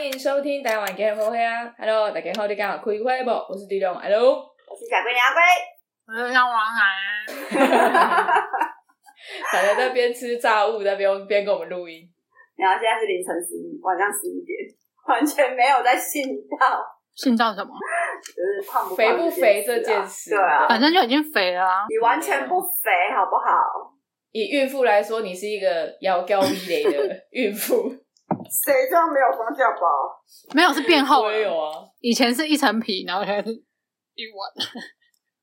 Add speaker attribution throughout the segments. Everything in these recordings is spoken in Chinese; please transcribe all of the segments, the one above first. Speaker 1: 迎收听台湾给好会啊！Hello，大家好，你敢有开会不？我是迪龙，Hello。
Speaker 2: 我是小龟娘龟，
Speaker 3: 我就像王涵，
Speaker 1: 反正在边吃炸物，在边边跟我们录音。
Speaker 2: 然后现在是凌晨十一，晚上十一点，完全没有在信到，
Speaker 3: 信到什么？
Speaker 2: 就是胖不胖
Speaker 1: 肥不肥
Speaker 2: 这
Speaker 1: 这
Speaker 2: 件
Speaker 1: 件
Speaker 2: 事
Speaker 1: 事，
Speaker 2: 啊对啊，
Speaker 3: 反正就已经肥了、啊。
Speaker 2: 你完全不肥好不好？
Speaker 1: 以孕妇来说，你是一个腰高逼雷的孕 妇。
Speaker 2: 谁知道没有双脚包？
Speaker 3: 没有是变厚
Speaker 1: 我
Speaker 3: 了
Speaker 1: 也有啊，
Speaker 3: 以前是一层皮，然后现在是一碗。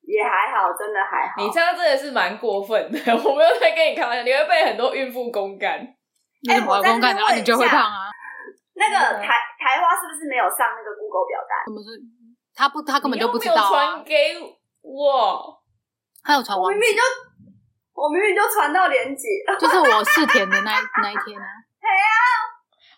Speaker 2: 也还好，真的还好。
Speaker 1: 你这样真的是蛮过分的。我没有在跟你开玩笑，你会被很多孕妇公干。
Speaker 3: 你怎么有公干的，
Speaker 2: 我
Speaker 3: 然
Speaker 2: 再
Speaker 3: 后你就会
Speaker 2: 问一下
Speaker 3: 胖啊？
Speaker 2: 那个台台花是不是没有上那个 Google 表单？
Speaker 3: 什么是？他不，他根本就不知道
Speaker 1: 你又没有
Speaker 3: 啊、
Speaker 1: 传给我，
Speaker 3: 他有传
Speaker 2: 我
Speaker 3: 网
Speaker 2: 明明就我明明就传到连结， 啊
Speaker 3: 就是我试甜的那一那一天啊。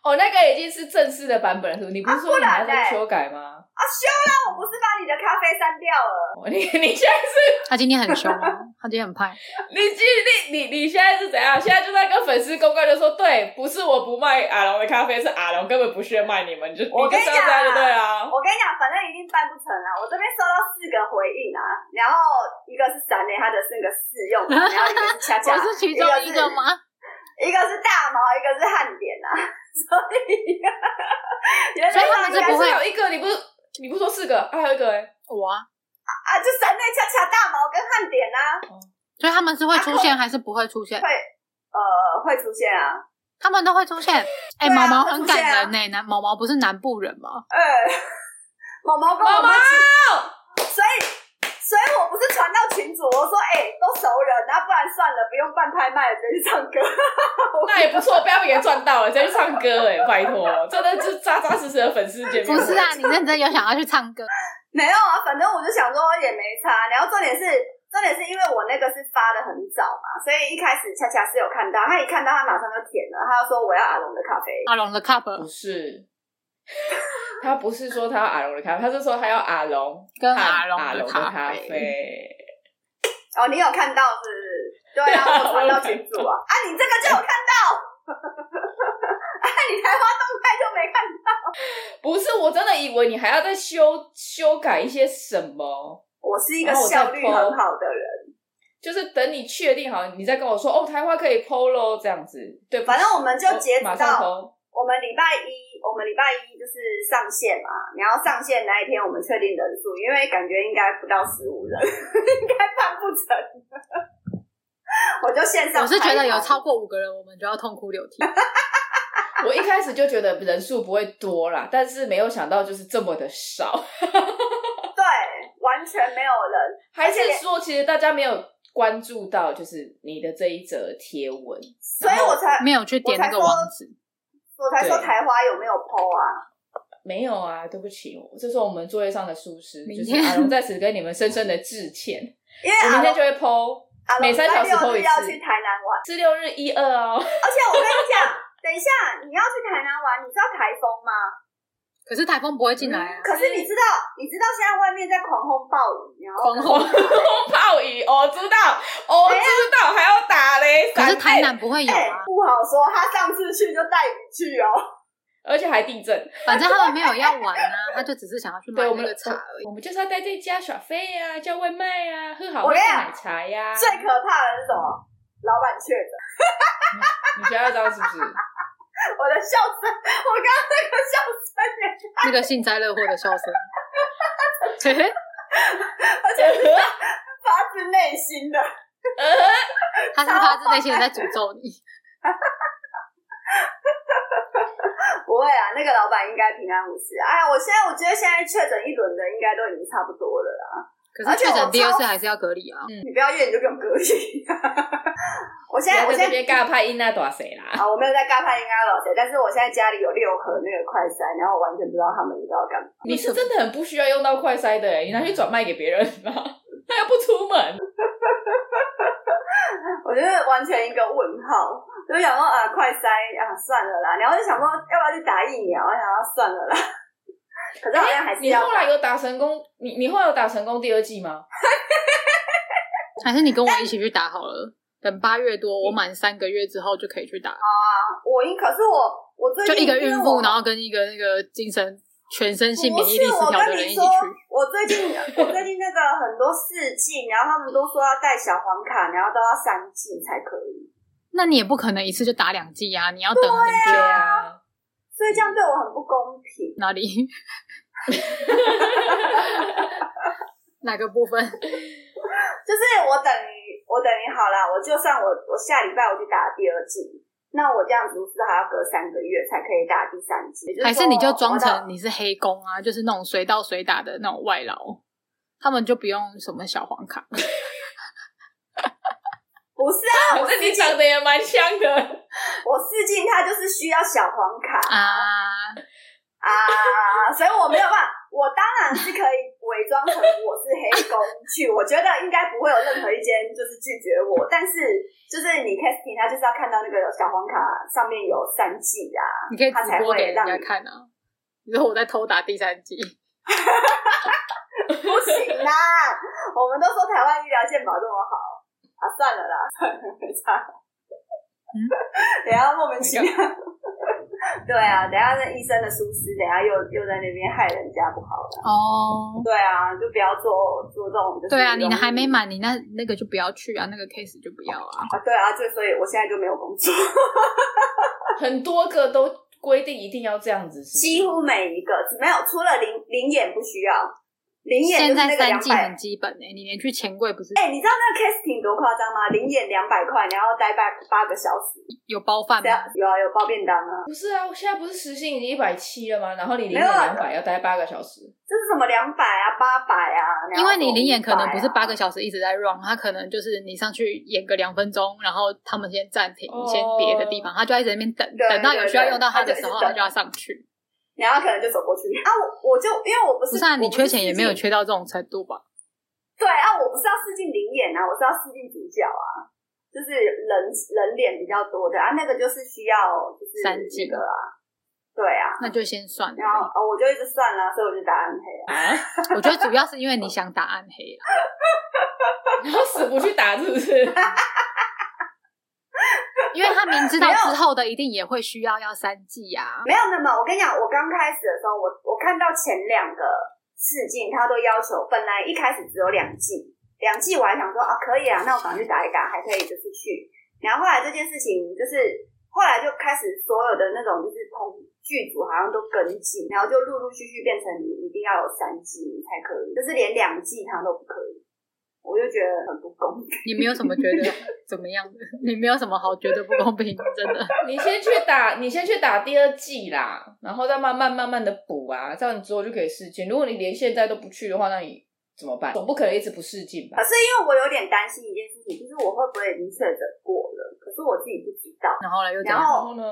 Speaker 1: 哦，那个已经是正式的版本了，是不是？你不是说你还要再修改吗？
Speaker 2: 啊那我不是把你的咖啡删掉了？
Speaker 1: 哦你 你现在是
Speaker 3: 他今天很凶啊，他今天很派。
Speaker 1: 你今你你你现在是怎样？现在就在跟粉丝公告，就说对，不是我不卖阿龙的咖啡，是阿龙根本不屑卖你们，你就
Speaker 2: 我
Speaker 1: 你
Speaker 2: 跟
Speaker 1: 就这
Speaker 2: 你
Speaker 1: 样这样就对啊了。
Speaker 2: 我跟你讲，反正一定办不成啊！我这边收到四个回应啊，然后一个是闪雷，他的是那个试 用的，然后一个是恰恰，
Speaker 3: 我是其中一个吗？
Speaker 2: 一个是大毛，一个是汉典啊，所以原来
Speaker 3: 所以他们
Speaker 2: 应
Speaker 3: 是
Speaker 2: 该
Speaker 1: 还
Speaker 3: 不
Speaker 1: 是
Speaker 3: 会
Speaker 1: 有一个，你不是你不是说四个，啊还有一个哎、
Speaker 3: 我啊，
Speaker 2: 啊，就三内恰恰大毛跟汉典啊，
Speaker 3: 所以他们是会出现还是不会出现？
Speaker 2: 呃，会出现啊，
Speaker 3: 他们都会出现。哎、
Speaker 2: 对啊
Speaker 3: 毛毛很
Speaker 2: 会出现啊
Speaker 3: 感人呢、南毛毛不是南部人吗？
Speaker 2: 呃，毛毛跟我
Speaker 1: 毛
Speaker 2: 们一起，所以所以我不是传到群主，我说哎、都熟人，那不然算了，不用办拍卖了，直接去唱歌。
Speaker 1: 那也不错，不要被人赚到了，直接去唱歌哎、拜托，真的是扎扎实实的粉丝见面会。
Speaker 3: 不是啊，你认真有想要去唱歌？
Speaker 2: 没有啊，反正我就想说也没差。然后重点是，重点是因为我那个是发的很早嘛，所以一开始恰恰是有看到，他一看到他马上就舔了，他就说我要阿龙的咖啡。
Speaker 3: 阿龙的 cup
Speaker 1: 不是，他不是说他要阿龙的咖啡，他是说他要阿龙
Speaker 3: 跟
Speaker 1: 和
Speaker 3: 阿龙
Speaker 1: 阿龙的
Speaker 3: 咖
Speaker 1: 咖
Speaker 3: 啡
Speaker 1: 啡。
Speaker 2: 哦，你有看到是不是？对啊，我有传到群主 啊，啊，你这个就有看到， 啊，你台湾动态就没看到，
Speaker 1: 不是，我真的以为你还要再修修改一些什么，
Speaker 2: 我是一个
Speaker 1: 然后我再
Speaker 2: 效率
Speaker 1: po
Speaker 2: 很好的人，
Speaker 1: 就是等你确定好，你再跟我说哦，台花可以 POLO 这样子，对不起，
Speaker 2: 反正我们就
Speaker 1: 我
Speaker 2: 截止
Speaker 1: 马上
Speaker 2: 到
Speaker 1: PO。
Speaker 2: 我们礼拜一，我们礼拜一就是上线嘛，然后上线那一天我们确定人数，因为感觉应该不到十五人， 应该办不成。我就线上，
Speaker 3: 我是觉得有超，过五个人，我们就要痛哭流涕。
Speaker 1: 我一开始就觉得人数不会多啦，但是没有想到就是这么的 少，
Speaker 2: 对，完全没有人。
Speaker 1: 还是说其实大家没有关注到，就是你的这一则贴文，
Speaker 2: 所以我才
Speaker 3: 没有去点那个网址，
Speaker 2: 我才说
Speaker 1: 对
Speaker 2: 台花有没有 PO 啊？
Speaker 1: 没有啊，对不起，我这是我们作业上的疏失，
Speaker 3: 明
Speaker 1: 就是
Speaker 3: 天
Speaker 1: 阿龙在此跟你们深深的致 歉，
Speaker 2: 因为
Speaker 1: 我
Speaker 2: 阿
Speaker 1: 明天
Speaker 2: 龙
Speaker 1: 就会 PO，
Speaker 2: 阿龙
Speaker 1: 每三小时
Speaker 2: 礼拜
Speaker 1: po
Speaker 2: 六
Speaker 1: 一
Speaker 2: 日要
Speaker 1: 次
Speaker 2: 去台南玩，
Speaker 1: 是六日一二 哦。
Speaker 2: 而且我跟你讲，等一下你要去台南玩，你知道台风吗？
Speaker 3: 可是台风不会进来啊。
Speaker 2: 可是你知道，你知道现在外面在狂轰暴雨，然后
Speaker 3: 狂轰，
Speaker 1: 暴雨，我知道，我知道，还要打雷，
Speaker 3: 可
Speaker 1: 闪电
Speaker 3: 是台南不会有
Speaker 2: 哎、
Speaker 3: 啊，
Speaker 2: 不好说，他上次去就带雨去哦。
Speaker 1: 而且还地震。
Speaker 3: 反正他们没有要玩啊， 他就只是想要去买
Speaker 1: 对，我
Speaker 3: 那
Speaker 1: 们
Speaker 3: 个茶而已。
Speaker 1: 我我们就是要待在家耍废啊，叫外卖啊，喝好
Speaker 2: 我
Speaker 1: 喝的
Speaker 2: 跟你讲
Speaker 1: 奶茶呀、
Speaker 2: 最可怕的是什么？老板确诊，
Speaker 1: 你觉得这样是不是？
Speaker 2: 我的笑声，我刚刚那个笑声也，
Speaker 3: 那个幸灾乐祸的 笑声。嘿嘿
Speaker 2: 而且是发自内心的，
Speaker 3: 他是发自内心的在诅咒你，
Speaker 2: 不会啊，那个老板应该平安无事。哎，我现在我觉得现在确诊一轮的应该都已经差不多了啦。
Speaker 3: 可
Speaker 2: 而且
Speaker 3: 是确
Speaker 2: 我
Speaker 3: 诊第二
Speaker 2: 超
Speaker 3: 次还是要隔离啊。嗯，
Speaker 2: 你不要怨，你就不用隔离。 我现在
Speaker 1: 不
Speaker 2: 我
Speaker 1: 要在
Speaker 2: 现
Speaker 1: 这边
Speaker 2: 在
Speaker 1: 尬拍音那打谁啦？
Speaker 2: 啊，我没有在嘎派应该老谁，但是我现在家里有六盒那个快塞，然后我完全不知道他们应该要干嘛。
Speaker 1: 你是真的很不需要用到快塞的、欸，你拿去转卖给别人吧。 他又不出门，
Speaker 2: 我就是完全一个问号，就想说啊，快塞啊，算了啦，然后就想说要不要去打疫苗，然后算了啦。 可是好像还是
Speaker 1: 你
Speaker 2: 要
Speaker 1: 后来有打神功，你你后来有打神功第二季吗？
Speaker 3: 还是你跟我一起去嗯哦打好了。等八月多，我满三个月之后就可以去打。
Speaker 2: 我应可是我我最
Speaker 3: 就
Speaker 2: 近
Speaker 3: 一个
Speaker 2: 因为
Speaker 3: 孕
Speaker 2: 我
Speaker 3: 妇，然后跟一个那个精神全身性免疫力
Speaker 2: 不是
Speaker 3: 失
Speaker 2: 我
Speaker 3: 调
Speaker 2: 跟
Speaker 3: 的人
Speaker 2: 你
Speaker 3: 一起
Speaker 2: 说
Speaker 3: 去。，
Speaker 2: 我最近我最近那个很多试镜，然后他们都说要带小黄卡，然后都要三剂才可以，
Speaker 3: 那你也不可能一次就打两剂啊，你要等很久。
Speaker 1: 啊，
Speaker 2: 所以这样对我很不公平。
Speaker 3: 哪里？哪个部分？
Speaker 2: 就是我等于我等于好啦，我就算我我下礼拜我去打第二剂，那我这样子不是还要隔三个月才可以打第三剂？也就
Speaker 3: 还
Speaker 2: 说
Speaker 3: 是你就装
Speaker 2: 我到
Speaker 3: 成你是黑工啊，就是那种随到随打的那种外劳，他们就不用什么小黄卡。
Speaker 2: 不是啊？我
Speaker 1: 可是你长得也蛮像的，
Speaker 2: 我试镜它就是需要小黄卡
Speaker 3: 啊，
Speaker 2: 啊，所以我没有办法，我当然是可以伪装成我是黑工去，我觉得应该不会有任何一间就是拒绝我，但是就是你 casting 他就是要看到那个小黄卡上面有三季啊，
Speaker 3: 你可以
Speaker 2: 他
Speaker 3: 直
Speaker 2: 才
Speaker 3: 播
Speaker 2: 会
Speaker 3: 给人
Speaker 2: 让你
Speaker 3: 家看啊。你说我在偷打第三季，
Speaker 2: 不行啦，我们都说台湾医疗健保这么好啊，算了啦，算了，没差。等一下莫名其妙，对啊，等一下那医生的疏失，等一下又又在那边害人家不好了。
Speaker 3: 哦，
Speaker 2: 对啊，就不要做做这种。就是
Speaker 3: 对啊，
Speaker 2: 容易
Speaker 3: 你的还没满，你那那个就不要去啊，那个 case 就不要啊。
Speaker 2: 啊，对啊，就所以我现在就没有工作，
Speaker 1: 很多个都规定一定要这样子，是不是
Speaker 2: 几乎每一个没有，除了零零眼不需要，零眼
Speaker 3: 现
Speaker 2: 就是
Speaker 3: 在
Speaker 2: 那个两
Speaker 3: 三季
Speaker 2: 百
Speaker 3: 很。基本诶、欸你连去钱柜不是
Speaker 2: 哎、你知道那个 casting 多夸张吗？零眼两百块，然后待八八个小时，
Speaker 3: 有包饭
Speaker 2: 这样
Speaker 3: 吗？
Speaker 2: 有啊，有包便当啊。
Speaker 1: 不是啊，我现在不是时薪已经一百七了吗？然后你零
Speaker 2: 没有
Speaker 1: 点
Speaker 2: 啊
Speaker 1: 两百要待八个小时，
Speaker 2: 这是什么两百啊，八百啊？然
Speaker 3: 因
Speaker 2: 后
Speaker 3: 为你灵演可能不是
Speaker 2: 500啊
Speaker 3: 八个小时一直在 run，他可能就是你上去演个两分钟，然后他们先暂停，
Speaker 1: 哦
Speaker 3: 先别的地方，他就在一直在那边等，
Speaker 2: 对
Speaker 3: 等到有需要用到他的
Speaker 2: 对对
Speaker 3: 时候，
Speaker 2: 他
Speaker 3: 他
Speaker 2: 就一直等
Speaker 3: 就要上去。
Speaker 2: 然后可能就走过去啊。我我就因为我不是
Speaker 3: 不是啊，你
Speaker 2: 我是
Speaker 3: 缺钱也没有缺到这种程度吧？
Speaker 2: 对啊，我不是要试镜灵眼啊，我是要试镜主角啊，就是人人脸比较多的啊，那个就是需要就是
Speaker 3: 三季
Speaker 2: 那个啊，对啊。
Speaker 3: 那就先算
Speaker 2: 然后
Speaker 3: 了。
Speaker 2: 哦，我就一直算啦、所以我就打暗黑啊。
Speaker 3: 我觉得主要是因为你想打暗黑啦，
Speaker 1: 然后死不去打，是不是？
Speaker 3: 因为他明知道
Speaker 2: 没有
Speaker 3: 之后的一定也会需要要三季啊呀。
Speaker 2: 没有那么，我跟你讲，我刚开始的时候，我我看到前两个试镜，他都要求本来一开始只有两季，两季我还想说啊可以啊，那我赶快去打一打，还可以就是去。然后后来这件事情就是后来就开始所有的那种就是同剧组好像都跟进，然后就陆陆续续变成你一定要有三季你才可以，就是连两季他都不可以，我就觉得很不公平。
Speaker 3: 你没有什么觉得怎么样的，你没有什么好觉得不公平，真的。
Speaker 1: 你先去打，你先去打第二季啦，然后再慢慢慢慢的补啊，这样你之后就可以试镜。如果你连现在都不去的话，那你怎么办？总不可能一直不试镜吧
Speaker 2: 可？是因为我有点担心一件事情，就是我会不会已经确诊过了，可是我自己不知道。
Speaker 3: 然后呢，又怎
Speaker 1: 然
Speaker 2: 然
Speaker 3: 样？
Speaker 2: 后
Speaker 1: 后呢？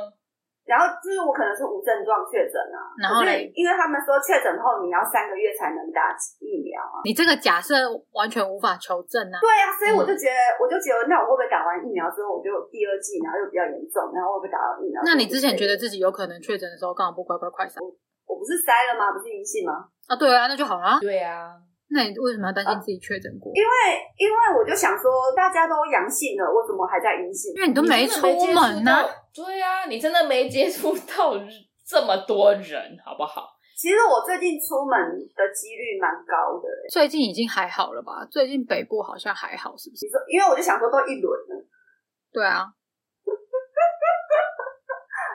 Speaker 2: 然后就是我可能是无症状确诊啊，
Speaker 3: 然
Speaker 2: 可
Speaker 3: 后嘞
Speaker 2: 是因为他们说确诊后你要三个月才能打疫苗啊，
Speaker 3: 你这个假设完全无法求证啊。
Speaker 2: 对啊，所以我就觉得，我就觉得，那我会不会打完疫苗之后，我就第二剂，然后又比较严重，然后会不会打到疫苗？
Speaker 3: 那你之前觉
Speaker 2: 得
Speaker 3: 得自己有可能确诊的时候，干嘛不乖乖快闪
Speaker 2: 我不是塞了吗？不是阴性吗？
Speaker 3: 啊？对啊，那就好啦。
Speaker 1: 对啊，
Speaker 3: 那你为什么要担心自己确诊过？
Speaker 2: 因为因为我就想说，大家都阳性了，为什么还在阴性？
Speaker 3: 因为你都
Speaker 1: 你
Speaker 3: 没
Speaker 1: 真
Speaker 3: 出
Speaker 1: 的接触
Speaker 3: 门呐、
Speaker 1: 到对啊，你真的没接触到这么多人，好不好？
Speaker 2: 其实我最近出门的几率蛮高的、欸，
Speaker 3: 最近已经还好了吧？最近北部好像还好，是不是？
Speaker 2: 因为我就想说都一轮了，
Speaker 3: 对啊，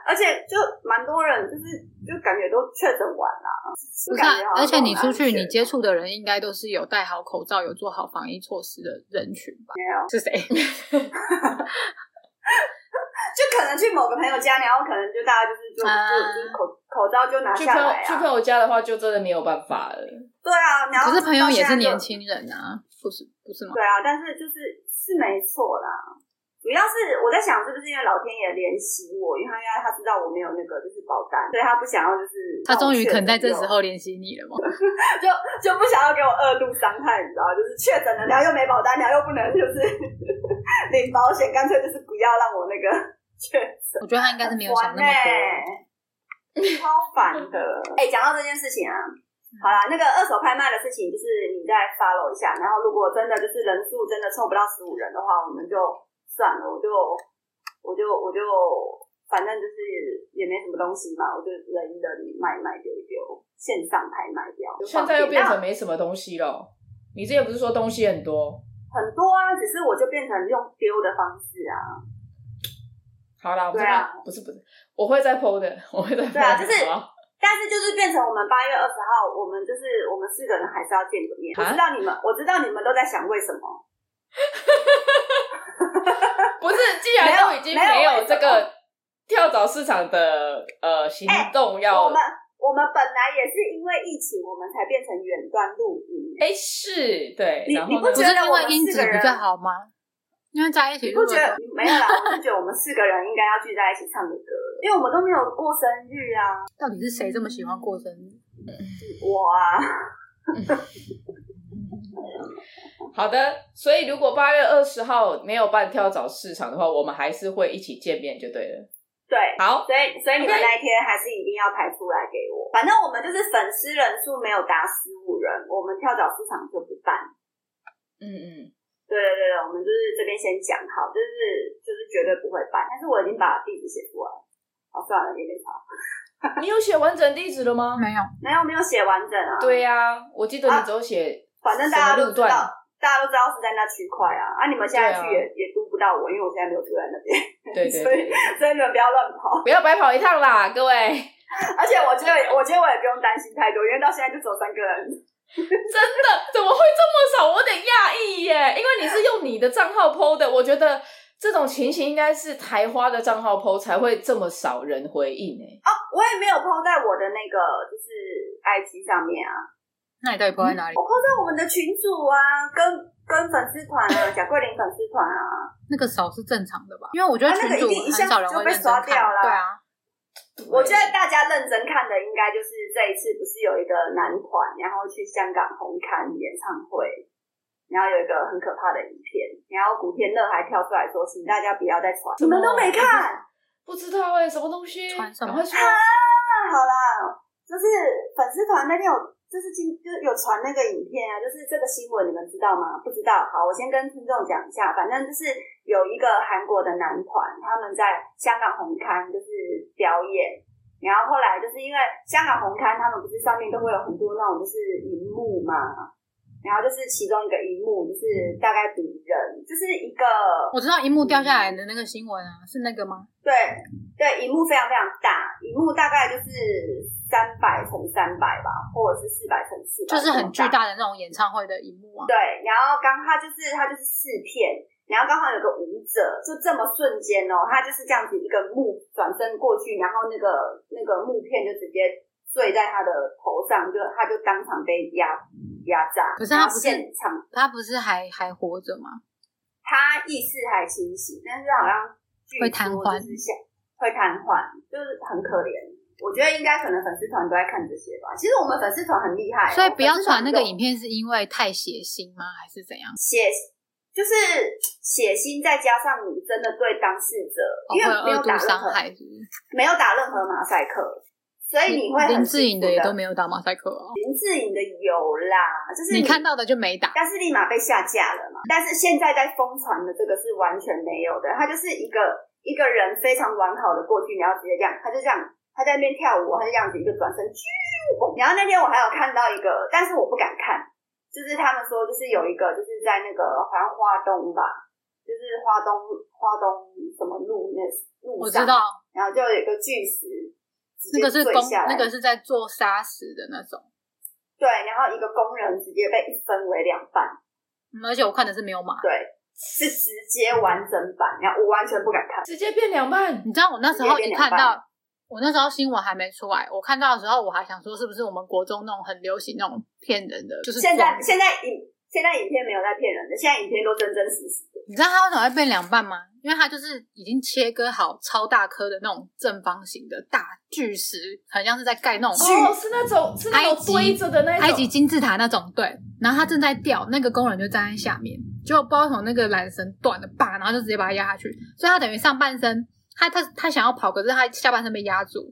Speaker 2: 而且就蛮多人，就是就感觉都确诊完了、
Speaker 3: 不
Speaker 2: 就是
Speaker 3: 啊
Speaker 2: 感觉好像
Speaker 3: 而且你
Speaker 2: 都
Speaker 3: 出
Speaker 2: 很安
Speaker 3: 去，
Speaker 2: 全
Speaker 3: 你接触的人应该都是有戴好口罩、有做好防疫措施的人群吧？
Speaker 2: 没有。
Speaker 3: 是谁？
Speaker 2: 就可能去某个朋友家，然后可能就大家就是就、
Speaker 3: 啊
Speaker 2: 就就口口罩就拿
Speaker 1: 去
Speaker 2: 下
Speaker 1: 朋友
Speaker 2: 来
Speaker 1: 去
Speaker 2: 啊
Speaker 1: 朋，友家的话，就真的没有办法了。
Speaker 2: 对啊， 然后
Speaker 3: 可是朋友也
Speaker 2: 到现在
Speaker 3: 是
Speaker 2: 就
Speaker 3: 年，轻人啊，不是不是吗？
Speaker 2: 对啊，但是就是是没错啦。主要是我在想，是不是因为老天爷怜惜我，因为他因为他知道我没有那个就是保单，所以他不想要就是
Speaker 3: 他终于肯在这
Speaker 2: 让我
Speaker 3: 时
Speaker 2: 确诊
Speaker 3: 候联系你了吗？
Speaker 2: 就就不想要给我二度伤害，你知道，就是确诊了，然后又没保单，然后又不能就是 领保险，干脆就是不要让我那个 确诊。
Speaker 3: 我觉得他应该是没有想那么
Speaker 2: 烦
Speaker 3: 多。
Speaker 2: 欸超烦的。哎、讲到这件事情啊，好啦，那个二手拍卖的事情，就是你再 follow 一下，然后如果真的就是人数真的凑不到十五人的话，我们就算了，我就我就我就。反正就是也没什么东西嘛，我就扔一扔，卖一卖丢一丢，线上拍卖掉。就
Speaker 1: 现
Speaker 2: 放啊
Speaker 1: 在又
Speaker 2: 电
Speaker 1: 变
Speaker 2: 那
Speaker 1: 成没什么东西了。你之前不是说东西很多？
Speaker 2: 很多啊，只是我就变成用丢的方式啊。
Speaker 1: 好啦，我们这
Speaker 2: 对啊
Speaker 1: 边不是不是，我会再 PO 的，我会再 PO 的。
Speaker 2: 对啊就是
Speaker 1: 好
Speaker 2: 但是就是变成我们八月二十号，我们就是我们四个人还是要见个面。我
Speaker 1: 啊
Speaker 2: 知道你们，我知道你们都在想为什么，
Speaker 1: 不是，既然都已经
Speaker 2: 没有没
Speaker 1: 没
Speaker 2: 有
Speaker 1: 有这个跳蚤市场的呃行动
Speaker 2: 哎我
Speaker 1: 要，
Speaker 2: 们我们本来也是因为疫情，我们才变成远端录音。
Speaker 1: 哎、是，对，
Speaker 2: 你
Speaker 1: 然
Speaker 2: 你
Speaker 1: 后
Speaker 2: 不
Speaker 1: 呢
Speaker 3: 不
Speaker 2: 觉
Speaker 3: 是
Speaker 2: 得
Speaker 3: 因
Speaker 2: 我
Speaker 3: 为
Speaker 2: 们
Speaker 3: 音
Speaker 2: 四个
Speaker 3: 质
Speaker 2: 人
Speaker 3: 比较好吗？因为在一起
Speaker 2: 你不
Speaker 3: 录
Speaker 2: 觉
Speaker 3: 的
Speaker 2: 得没有啦？我就觉得我们四个人应该要聚在一起唱个歌了，因为我们都没有过生日啊，
Speaker 3: 到底是谁这么喜欢过生日？
Speaker 2: 我啊，
Speaker 1: 好的，所以如果八月二十号没有办跳蚤市场的话，我们还是会一起见面就对了。
Speaker 2: 对，
Speaker 1: 好，
Speaker 2: 所以所以你们
Speaker 1: OK
Speaker 2: 那一天还是一定要排出来给我。反正我们就是粉丝人数没有达十五人，我们跳蚤市场就不办。
Speaker 1: 嗯嗯，
Speaker 2: 对对对对，我们就是这边先讲好，就是就是绝对不会办。但是我已经把地址写出来了，哦算了，也没差，
Speaker 1: 你有写完整地址了吗？
Speaker 3: 没有，
Speaker 2: 没有没有写完整啊。
Speaker 1: 对呀、我记得你只有写、
Speaker 2: 反正大家都
Speaker 1: 路
Speaker 2: 知道
Speaker 1: 段，，
Speaker 2: 大家都知道是在那区块啊。啊，你们现在去也、也嘟不到我，因为我现在没有住在那边，
Speaker 1: 对对对，
Speaker 2: 所以你们不要乱跑。
Speaker 1: 不要白跑一趟啦，各位。
Speaker 2: 而且我觉得，我觉得我也不用担心太多，因为到现在就只有三个人。
Speaker 1: 真的怎么会这么少？我有点讶异耶，因为你是用你的账号 PO 的，我觉得这种情形应该是台花的账号 PO 才会这么少人回应哎。
Speaker 3: 啊
Speaker 2: 哦，我也没有 PO 在我的那个就是 IG 上面啊，
Speaker 3: 那你到底跑在哪里？
Speaker 2: 我 PO 在我们的群组啊，跟跟粉丝团啊，贾桂林粉丝团啊。
Speaker 3: 那个少是正常的吧？因为我觉得
Speaker 2: 啊那
Speaker 3: 群
Speaker 2: 个
Speaker 3: 主
Speaker 2: 一定一下
Speaker 3: 很少人会
Speaker 2: 就被
Speaker 3: 认真
Speaker 2: 刷
Speaker 3: 看。
Speaker 2: 掉了
Speaker 3: 对啊，
Speaker 2: 我觉得大家认真看的应该就是这一次，不是有一个男团，然后去香港红磡演唱会，然后有一个很可怕的影片，然后古天乐还跳出来说，请大家不要再传，你
Speaker 1: 么
Speaker 2: 们都没看。
Speaker 1: 不知道哎，什么东西？
Speaker 3: 穿什
Speaker 1: 赶快啊
Speaker 3: 么
Speaker 1: 说！
Speaker 2: 那好啦，就是粉丝团那天有，就是今就是有传那个影片啊，就是这个新闻，你们知道吗？不知道，好，我先跟听众讲一下，反正就是有一个韩国的男团，他们在香港红磡就是表演。然后后来就是因为香港红磡，他们不是上面都会有很多那种就是荧幕嘛，然后就是其中一个荧幕就是大概比人，就是一个
Speaker 3: 我知道荧幕掉下来的那个新闻啊，是那个吗？
Speaker 2: 对对，荧幕非常非常大，荧幕大概就是三百乘三百吧，或者是四百乘四百，
Speaker 3: 就是很巨。大的那种演唱会的荧幕啊。
Speaker 2: 嗯对，然后刚它就是它就是四片，然后刚好有个舞者，就这么瞬间哦，他就是这样子一个幕转身过去，然后那个那个木片就直接坠在他的头上，就他就当场被压压榨。
Speaker 3: 可是
Speaker 2: 然
Speaker 3: 他
Speaker 2: 后
Speaker 3: 不是
Speaker 2: 现场
Speaker 3: 他不是还还活着吗？
Speaker 2: 他意识还清醒，但是好像据说
Speaker 3: 会瘫痪
Speaker 2: 就是像会瘫痪，就是很可怜。我觉得应该可能粉丝团都在看这些吧。其实我们粉丝团很厉害、
Speaker 3: 所以不要传那个影
Speaker 2: 片，
Speaker 3: 片，是因为太血腥吗？还是怎样？
Speaker 2: 就是血腥，再加上你真的对当事者，
Speaker 3: 哦
Speaker 2: 因为
Speaker 3: 会
Speaker 2: 没
Speaker 3: 二
Speaker 2: 有
Speaker 3: 度
Speaker 2: 打任
Speaker 3: 伤
Speaker 2: 何
Speaker 3: 害是不是？
Speaker 2: 没有打任何马赛克，所以你会很
Speaker 3: 林志颖的
Speaker 2: 辛
Speaker 3: 也
Speaker 2: 苦
Speaker 3: 都没有打马赛克哦，
Speaker 2: 林志颖的有啦，就是
Speaker 3: 你看到的就没打。
Speaker 2: 但是立马被下架了嘛。但是现在在疯传的这个是完全没有的，他就是一个一个人非常完好的过去，然后直接这样，他就这样，他在那边跳舞，他就这样子一个转身，啾嘣然后那天我还有看到一个，但是我不敢看，就是他们说就是有一个就是在那个好像花东吧，就是花东花东什么路那路
Speaker 3: 我
Speaker 2: 上，
Speaker 3: 知道，
Speaker 2: 然后就有一个巨石。
Speaker 3: 那个
Speaker 2: 直
Speaker 3: 是
Speaker 2: 接
Speaker 3: 工
Speaker 2: 坠下，来
Speaker 3: 那个是在做砂石的那种。
Speaker 2: 对，然后一个工人直接被一分为两半，
Speaker 3: 嗯而且我看的是没有马，
Speaker 2: 对，是直接完整版，然后我完全不敢看。
Speaker 1: 直接变两半，
Speaker 3: 你知道我那时
Speaker 2: 直
Speaker 3: 候
Speaker 2: 接
Speaker 3: 一
Speaker 2: 变
Speaker 3: 看
Speaker 2: 两
Speaker 3: 到，我那时候新闻还没出来，我看到的时候我还想说，是不是我们国中那种很流行那种骗人的，就是
Speaker 2: 现在
Speaker 3: 装
Speaker 2: 现在影现在影片没有在骗人的，现在影片都真真实实的。
Speaker 3: 你知道它为什么会变两半吗？因为它就是已经切割好超大颗的那种正方形的大巨石，很像是在盖那种
Speaker 1: 哦，是那种是那
Speaker 3: 埃
Speaker 1: 种
Speaker 3: 及
Speaker 1: 堆着的那种，
Speaker 3: 埃及金字塔那种，对。然后它正在掉，那个工人就站在下面，结果不知道从那个缆绳断了吧，然后就直接把它压下去，所以它等于上半身，它它它想要跑，可是它下半身被压住，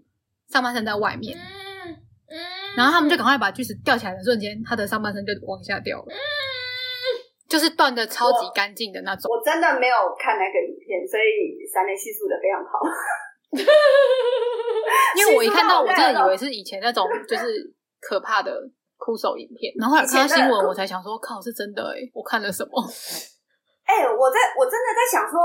Speaker 3: 上半身在外面。
Speaker 1: 嗯嗯，
Speaker 3: 然后他们就赶快把锯子吊起来的瞬间，他的上半身就往下掉了，就是断的超级干净的那种。
Speaker 2: 我真的没有看那个影片，所以三类叙述的非常好。
Speaker 3: 因为我一看哦到，我
Speaker 2: 幸福到
Speaker 3: 真
Speaker 2: 累
Speaker 3: 的
Speaker 2: 了
Speaker 3: 以为是以前那种就是可怕的哭手影片，然后后来看到新闻，我才想说，靠，是真的哎、我看了什么？
Speaker 2: 哎、我在我真的在想说，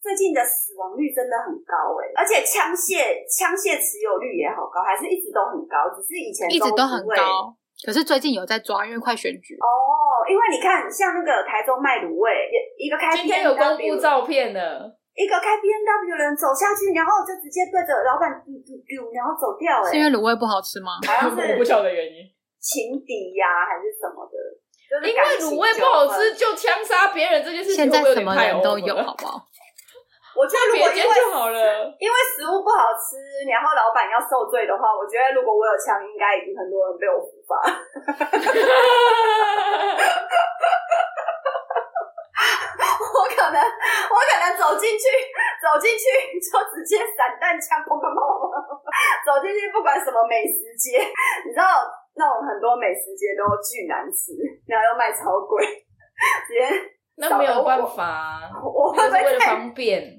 Speaker 2: 最近的死亡率真的很高哎、而且枪械枪械持有率也好高，还是一直都很高，只是以前
Speaker 3: 一直都很
Speaker 2: 不会
Speaker 3: 高，可是最近有在抓，因为快选举，
Speaker 2: 哦，因为你看，像那个台中卖卤味，也一个开
Speaker 1: 今天有
Speaker 2: B&W
Speaker 1: 公布照片了，
Speaker 2: 一个开 B N W 的人走下去，然后就直接对着老板丢丢丢，然后走掉、
Speaker 3: 是因
Speaker 2: 欸，哎，
Speaker 3: 为卤味不好吃吗？
Speaker 2: 好像
Speaker 1: 我不
Speaker 2: 是
Speaker 1: 晓得原因，
Speaker 2: 情敌呀、还是什么的，就是
Speaker 1: 因为
Speaker 2: 感情
Speaker 1: 卤味
Speaker 2: 纠
Speaker 1: 不好
Speaker 2: 纷
Speaker 1: 吃就枪杀别人这件事情，
Speaker 3: 现在
Speaker 1: 会不会有
Speaker 3: 什
Speaker 1: 点
Speaker 3: 么
Speaker 1: 太
Speaker 3: 人
Speaker 1: over
Speaker 3: 都有，
Speaker 1: 了
Speaker 3: 好不好？
Speaker 2: 我觉得如
Speaker 1: 别
Speaker 2: 果因
Speaker 1: 间
Speaker 2: 为
Speaker 1: 就好了。
Speaker 2: 因为食物不好吃，然后老板要受罪的话，我觉得如果我有枪，应该已经很多人被我伏法。我可能我可能走进去，走进去就直接散弹枪砰砰砰砰，走进去不管什么美食街，你知道那种很多美食街都巨难吃，然后又哎卖超贵，直接
Speaker 1: 那没有办法啊，
Speaker 2: 哎我会
Speaker 1: 就
Speaker 2: 不
Speaker 1: 是为
Speaker 2: 会
Speaker 1: 了
Speaker 2: 太？
Speaker 1: 方便。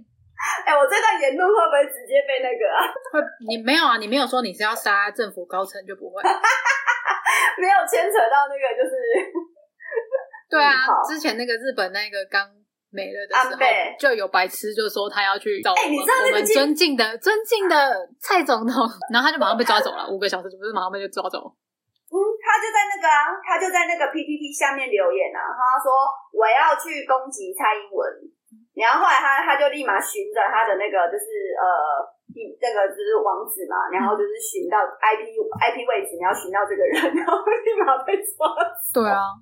Speaker 2: 哎、我这段言论会不会直接被那个、啊？
Speaker 3: 会你没有啊？你没有说你是要杀政府高层就不会？
Speaker 2: 没有牵扯到那个就是。
Speaker 3: 对啊
Speaker 2: 好，
Speaker 3: 之前那个日本那个刚没了的时
Speaker 2: 安
Speaker 3: 候
Speaker 2: 倍，
Speaker 3: 就有白痴就说他要去找我
Speaker 2: 哎
Speaker 3: 们、
Speaker 2: 你知道那
Speaker 3: 我
Speaker 2: 个
Speaker 3: 们
Speaker 2: 今
Speaker 3: 尊敬的尊敬的蔡总统， 然后他就马上被抓走了，五个小时不是马上被就抓走。
Speaker 2: 嗯，他就在那个啊，他就在那个 PPT 下面留言啊，他说我要去攻击蔡英文，然后后来他他就立马循着他的那个就是呃。地那个就是网址嘛，然后就是寻到 IP IP 位置，你要寻到这个人，然后立马被抓。
Speaker 3: 对啊，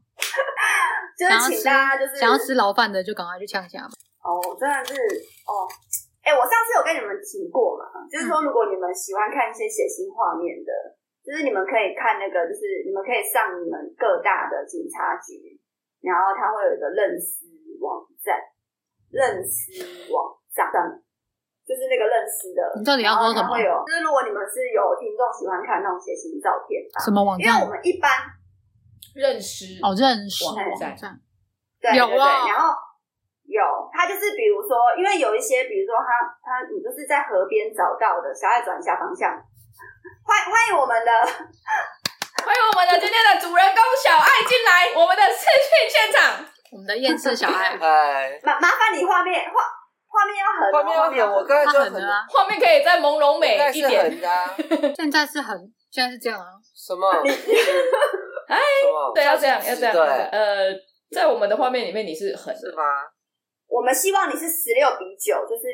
Speaker 2: 就是请大家就是
Speaker 3: 想要吃牢饭的就赶快去呛下吧。
Speaker 2: 哦，真的是哦，哎、我上次有跟你们提过嘛，就是
Speaker 3: 嗯
Speaker 2: 说如果你们喜欢看一些血腥画面的，就是你们可以看那个，就是你们可以上你们各大的警察局，然后它会有一个认尸网站，认尸网站，就是那个认尸的。
Speaker 3: 你到底要说什
Speaker 2: 然后它
Speaker 3: 么
Speaker 2: 会有，就是如果你们是有听众喜欢看那种血腥照片吧，
Speaker 3: 什么网
Speaker 2: 因为
Speaker 3: 站
Speaker 2: 我？们一般
Speaker 1: 认识
Speaker 3: 哦，认识
Speaker 1: 网站
Speaker 3: 网站，
Speaker 2: 对
Speaker 3: 有
Speaker 2: 对对
Speaker 3: 啊
Speaker 2: 然后有，它就是比如说，因为有一些，比如说它它你就是在河边找到的，小爱转一下方向。欢欢迎我们的，
Speaker 1: 欢迎我们的今天的主人公小爱进来，我们的视讯现场。
Speaker 3: 我们的厌世小 爱，
Speaker 4: 哎，
Speaker 2: 麻麻烦你画面画画面要横哦，
Speaker 4: 画面要点，我刚才
Speaker 3: 他
Speaker 4: 就
Speaker 3: 狠
Speaker 4: 很
Speaker 3: 的，啊，
Speaker 1: 画面可以再朦胧美
Speaker 4: 应该
Speaker 1: 一
Speaker 4: 是
Speaker 1: 点。
Speaker 4: 很的啊，
Speaker 3: 现在是很现在是这样啊，
Speaker 4: 什么？
Speaker 1: 哎
Speaker 4: 什么？
Speaker 1: 对，要这样，要这样。要这样
Speaker 4: 对，
Speaker 1: 呃，在我们的画面里面，你是很
Speaker 4: 是吗？
Speaker 2: 我们希望你是十六比九，就是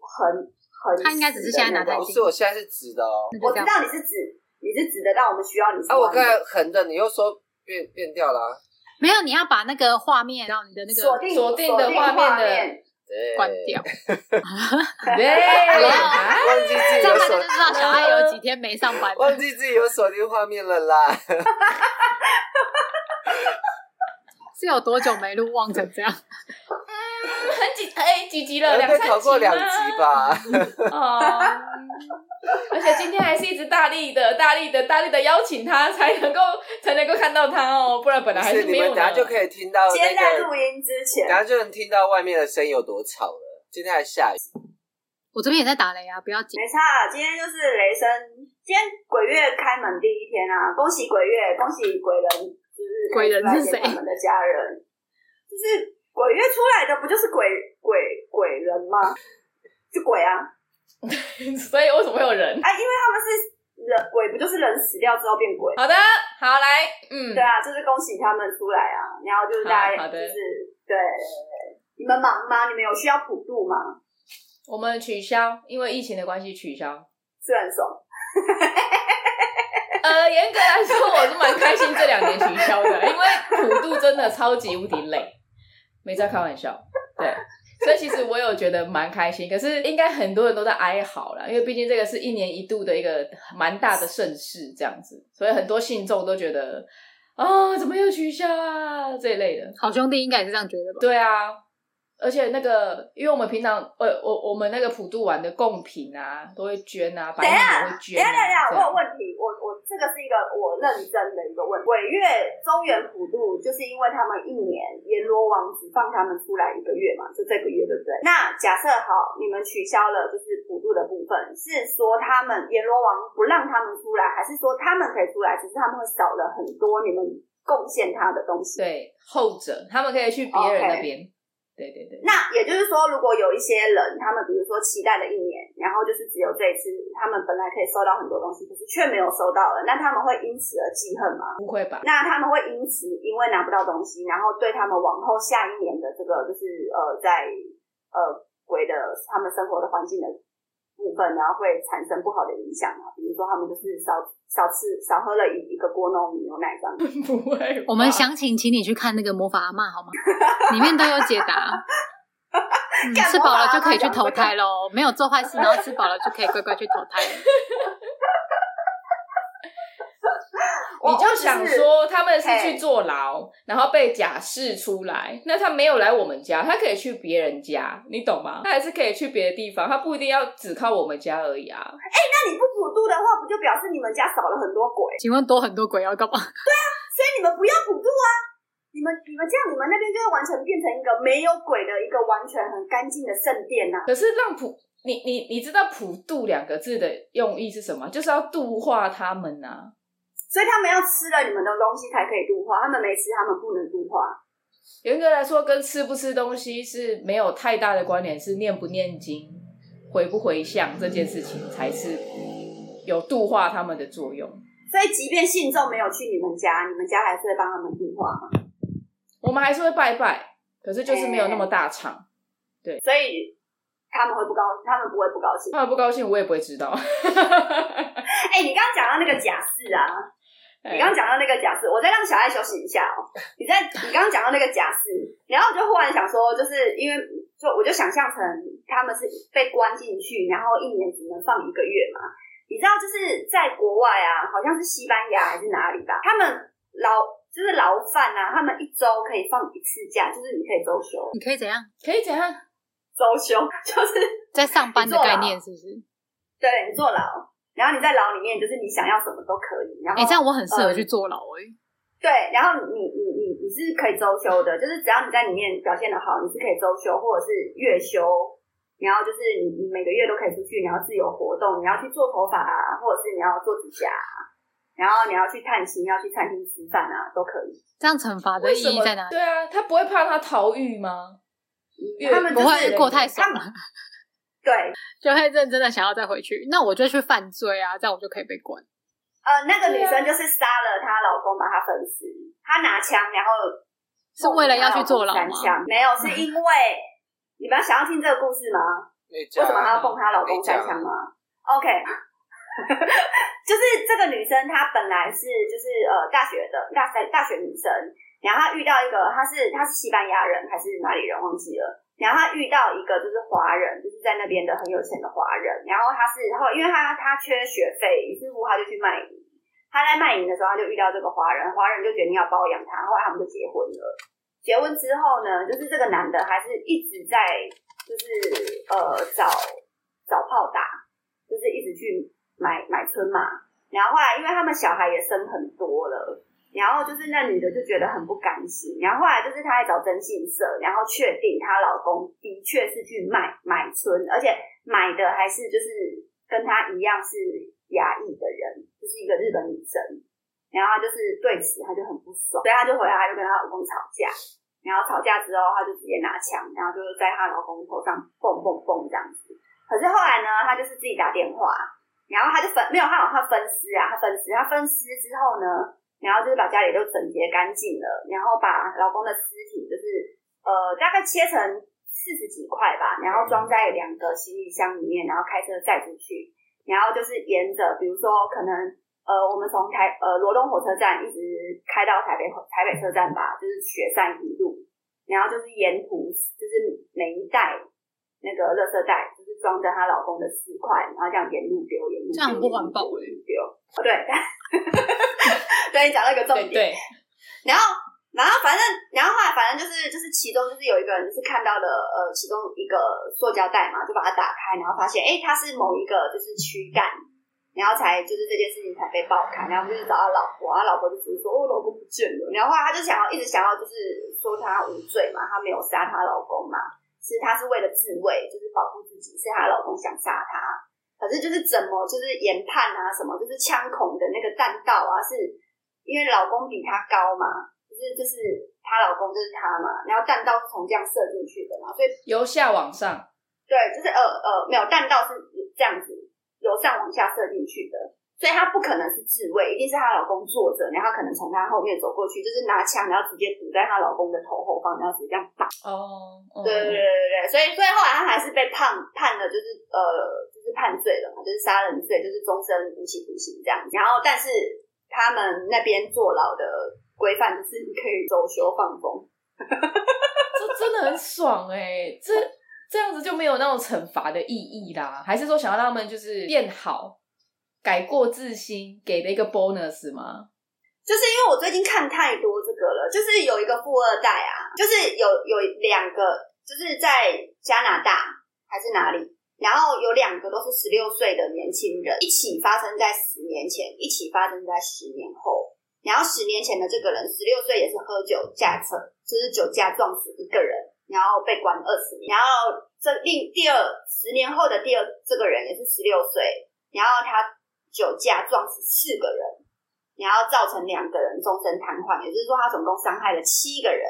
Speaker 2: 横横。
Speaker 3: 他应该只是现在拿
Speaker 2: 的
Speaker 3: 在
Speaker 2: 那
Speaker 3: 手
Speaker 2: 种
Speaker 4: 不是，哦我现在是直的哦。
Speaker 3: 那就
Speaker 2: 我
Speaker 3: 这
Speaker 2: 知
Speaker 3: 样。
Speaker 2: 道你是指你是指得到我们需要你是
Speaker 4: 啊，我
Speaker 2: 弯的。
Speaker 4: 刚才横的，你又说变变掉了啊，
Speaker 3: 没有，你要把那个画面让你的那
Speaker 2: 锁
Speaker 3: 个
Speaker 2: 定
Speaker 1: 锁定的画
Speaker 2: 画
Speaker 1: 面的
Speaker 4: 对，
Speaker 3: 关掉，
Speaker 1: 对
Speaker 4: 哎
Speaker 3: 啊
Speaker 1: 啊，
Speaker 4: 忘记
Speaker 3: 这
Speaker 4: 自己
Speaker 3: 样大
Speaker 4: 有
Speaker 3: 家
Speaker 4: 锁
Speaker 3: 就，知道小爱有几天没上班了
Speaker 4: 忘。记自己有锁定画面了啦。
Speaker 3: 是有多久没录忘成这样？
Speaker 1: 很几哎几集了，
Speaker 4: 我
Speaker 1: 两
Speaker 4: 呃 被
Speaker 1: 三集
Speaker 4: 考过两
Speaker 1: 吗
Speaker 4: 集吧？
Speaker 1: 哦，而且今天还是一直大力的、大力的、大力的邀请他，才能够才能够看到他哦，不然本来还
Speaker 4: 是
Speaker 1: 没
Speaker 4: 你
Speaker 1: 有
Speaker 4: 们
Speaker 1: 呢。
Speaker 4: 等下就可以听到
Speaker 2: 今天在
Speaker 4: 那
Speaker 2: 录
Speaker 4: 个，
Speaker 2: 音之前
Speaker 4: 等，下就能听到外面的声音有多吵了。今天还下雨，
Speaker 3: 我这边也在打雷啊，不要紧。
Speaker 2: 没差，今天就是雷声。今天鬼月开门第一天啊，恭喜鬼月，恭喜鬼人，就是
Speaker 3: 鬼人是谁
Speaker 2: 他们的家人，就是鬼月出来的不就是鬼鬼鬼人吗？就鬼啊
Speaker 1: 所以为什么会有人？
Speaker 2: 啊！因为他们是人鬼，不就是人死掉之后变鬼？
Speaker 1: 好的，好来，嗯
Speaker 2: 对，啊，就是恭喜他们出来啊，然后就是大
Speaker 1: 好好
Speaker 2: 家就
Speaker 1: 的
Speaker 2: 是对。你们忙吗？你们有需要普渡吗？
Speaker 1: 我们取消，因为疫情的关系取消。
Speaker 2: 是很爽，
Speaker 1: 呃，严格来说，我是蛮开心这两年取消的，因为普渡真的超级无敌累，没在开玩笑。对，所以其实我有觉得蛮开心，可是应该很多人都在哀嚎啦，因为毕竟这个是一年一度的一个蛮大的盛事，这样子，所以很多信众都觉得啊、怎么又取消啊这一类的。
Speaker 3: 好兄弟应该也是这样觉得吧？
Speaker 1: 对啊，而且那个，因为我们平常呃，我我们那个普渡玩的贡品啊，都会捐啊，白
Speaker 2: 等
Speaker 1: 米
Speaker 2: 一下
Speaker 1: 也会
Speaker 2: 等一
Speaker 1: 捐、
Speaker 2: 下等一下，
Speaker 1: 啊。
Speaker 2: 我有问题，我我这个是一个我认真的一个问题。北越中原普渡，就是因为他们一年阎罗王只放他们出来一个月嘛，就这个月对不对？那假设好，你们取消了就是普渡的部分，是说他们阎罗王不让他们出来，还是说他们可以出来，只是他们会少了很多你们贡献他的东西？
Speaker 1: 对，后者他们可以去别人那边。对对对，
Speaker 2: 那也就是说，如果有一些人，他们比如说期待了一年，然后就是只有这一次，他们本来可以收到很多东西，可是却没有收到了，那他们会因此而记恨吗？
Speaker 1: 不会吧？
Speaker 2: 那他们会因此因为拿不到东西，然后对他们往后下一年的这个就是呃在呃鬼的他们生活的环境的部分，然后会产生不好的影响吗？比如说他们就是少少吃少喝了一一个锅弄牛奶这样子。
Speaker 1: 不会吧。
Speaker 3: 我们详情请你去看那个魔法阿嬷 好吗？里面都有解答。嗯、
Speaker 2: 干
Speaker 3: 吃饱了就可以去
Speaker 2: 魔法阿嬷
Speaker 3: 投胎喽，没有做坏事，然后吃饱了就可以乖乖去投胎。
Speaker 1: 你就想说他们是
Speaker 2: 嘿
Speaker 1: 去坐牢，然后被假释出来，那他没有来我们家，他可以去别人家，你懂吗？他还是可以去别的地方，他不一定要只靠我们家而已啊。
Speaker 2: 那你不普渡的话，不就表示你们家少了很多鬼？
Speaker 3: 请问多很多鬼要干嘛？
Speaker 2: 所以你们不要普渡啊！你们你们这样，你们那边就会完全变成一个没有鬼的一个完全很干净的圣殿呐、
Speaker 1: 可是让普，你你你知道“普渡”两个字的用意是什么？就是要度化他们呐、啊。
Speaker 2: 所以他们要吃了你们的东西才可以度化，他们没吃，他们不能度化。
Speaker 1: 严格来说，跟吃不吃东西是没有太大的关联，是念不念经、回不回向这件事情才是有度化他们的作用。
Speaker 2: 所以即便信众没有去你们家，你们家还是会帮他们度化嘛。
Speaker 1: 我们还是会拜拜，可是就是没有那么大场。
Speaker 2: 所以他们会不高，他们不会不高兴。
Speaker 1: 他们不高兴，我也不会知道。
Speaker 2: 哎、你刚刚讲到那个假释啊， 你刚刚讲到那个假释，我再让小爱休息一下哦。你在你刚刚讲到那个假释，然后我就忽然想说，就是因为就我就想象成他们是被关进去，然后一年只能放一个月嘛。你知道，就是在国外啊，好像是西班牙还是哪里吧，他们牢就是牢犯啊，他们一周可以放一次假，就是你可以周休，
Speaker 3: 你可以怎样？
Speaker 1: 可以怎样？
Speaker 2: 周休 就是
Speaker 3: 在上班的概
Speaker 2: 啊
Speaker 3: 念是不是？
Speaker 2: 对你坐牢，然后你在牢里面，就是你想要什么都可以，然后
Speaker 3: 哎、这样我很适
Speaker 2: 嗯
Speaker 3: 合去坐牢哎、
Speaker 2: 对，然后你你你你是可以周休的，就是只要你在里面表现的好，你是可以周休或者是月休，然后就是你你每个月都可以出去，你要自由活动，你要去做头发啊，或者是你要做指甲啊，然后你要去探亲，要去餐厅吃饭啊，都可以。
Speaker 3: 这样惩罚的
Speaker 1: 为
Speaker 3: 意
Speaker 1: 什
Speaker 3: 义
Speaker 1: 么？
Speaker 3: 在哪里？
Speaker 1: 对啊，他不会怕他逃狱吗？
Speaker 2: 他们就是
Speaker 3: 不
Speaker 2: 啊
Speaker 3: 会过太
Speaker 2: 他
Speaker 3: 爽
Speaker 2: 们
Speaker 3: 了，
Speaker 2: 对，
Speaker 3: 就会认真的想要再回去。那我就去犯罪啊，这样我就可以被关。
Speaker 2: 呃，那个女
Speaker 1: 对啊
Speaker 2: 生就是杀了她老公，把她分尸，她拿枪，然后
Speaker 3: 是为了要去坐牢
Speaker 2: 三
Speaker 3: 吗？
Speaker 2: 枪没有，是因为你们想要听这个故事吗？
Speaker 4: 那
Speaker 2: 为什么她要
Speaker 4: 家
Speaker 2: 蹦她老公三枪吗？OK，就是这个女生，她本来是就是呃大学的大三大学女生，然后她遇到一个，她是她是西班牙人还是哪里人忘记了。然后她遇到一个就是华人，就是在那边的很有钱的华人。然后她是后，因为她她缺学费，于是乎她就去卖淫。她在卖淫的时候，她就遇到这个华人，华人就决定要包养她，后来他们就结婚了。结婚之后呢，就是这个男的还是一直在就是呃找找炮打，就是一直去买买春嘛。然后后来因为他们小孩也生很多了，然后就是那女的就觉得很不甘心，然后后来就是她还找征信社，然后确定她老公的确是去买买春，而且买的还是就是跟她一样是亚裔的人，就是一个日本女生。然后她就是对此她就很不爽，所以她就回来，她就跟她老公吵架。然后吵架之后，她就直接拿枪，然后就是在她老公头上蹦蹦蹦这样子。可是后来呢，她就是自己打电话，然后她就分没有，她好像分尸啊，她分尸，她分尸之后呢，然后就是把家里都整洁干净了，然后把老公的尸体就是呃大概切成四十几块吧，然后装在两个行李箱里面，然后开车载出去，然后就是沿着比如说可能呃，我们从台呃罗东火车站一直开到台北台北车站吧，就是雪山一路，然后就是沿途就是每一袋那个垃圾袋就是装着她老公的尸块，然后这样沿路丢，沿路丢
Speaker 3: 这样很不环保欸
Speaker 2: 沿路丢，哦对，对你讲到一个重
Speaker 1: 对
Speaker 2: 点，
Speaker 1: 对，
Speaker 2: 然后。然然后反正，然后后来反正就是就是其中就是有一个人就是看到了呃其中一个塑胶袋嘛，就把它打开，然后发现哎它是某一个就是躯干，然后才就是这件事情才被爆开，然后就是找他老婆，他老婆就直接说哦老公不见了，然后后来他就想要一直想要就是说他无罪嘛，他没有杀她老公嘛，其实他是为了自卫，就是保护自己，是她老公想杀她。可是就是怎么就是研判啊什么，就是枪孔的那个弹道啊，是因为老公比她高嘛，就是就是她老公就是她嘛，然后弹道是从这样射进去的嘛，所以
Speaker 1: 由下往上，
Speaker 2: 对，就是呃呃没有弹道是这样子由上往下射进去的，所以她不可能是自卫，一定是她老公坐着，然后可能从她后面走过去，就是拿枪，然后直接堵在她老公的头后方，然后直接这样打。
Speaker 1: 哦，嗯
Speaker 2: 对对对对对，所以所以后来她还是被判判了，就是呃就是判罪了嘛，就是杀人罪，就是终身无期徒刑这样。然后但是他们那边坐牢的规范就是你可以走休放风。
Speaker 1: 这真的很爽哎、这这样子就没有那种惩罚的意义啦，还是说想要让他们就是变好，改过自新，给的一个 bonus 吗？
Speaker 2: 就是因为我最近看太多这个了，就是有一个富二代啊，就是有有两个，就是在加拿大还是哪里，然后有两个都是十六岁的年轻人，一起发生在十年前，一起发生在十年后。然后十年前的这个人，十六岁也是喝酒驾车，就是酒驾撞死一个人，然后被关二十年。然后这另第二十年后的第二这个人也是十六岁，然后他酒驾撞死四个人，然后造成两个人终身瘫痪，也就是说他总共伤害了七个人，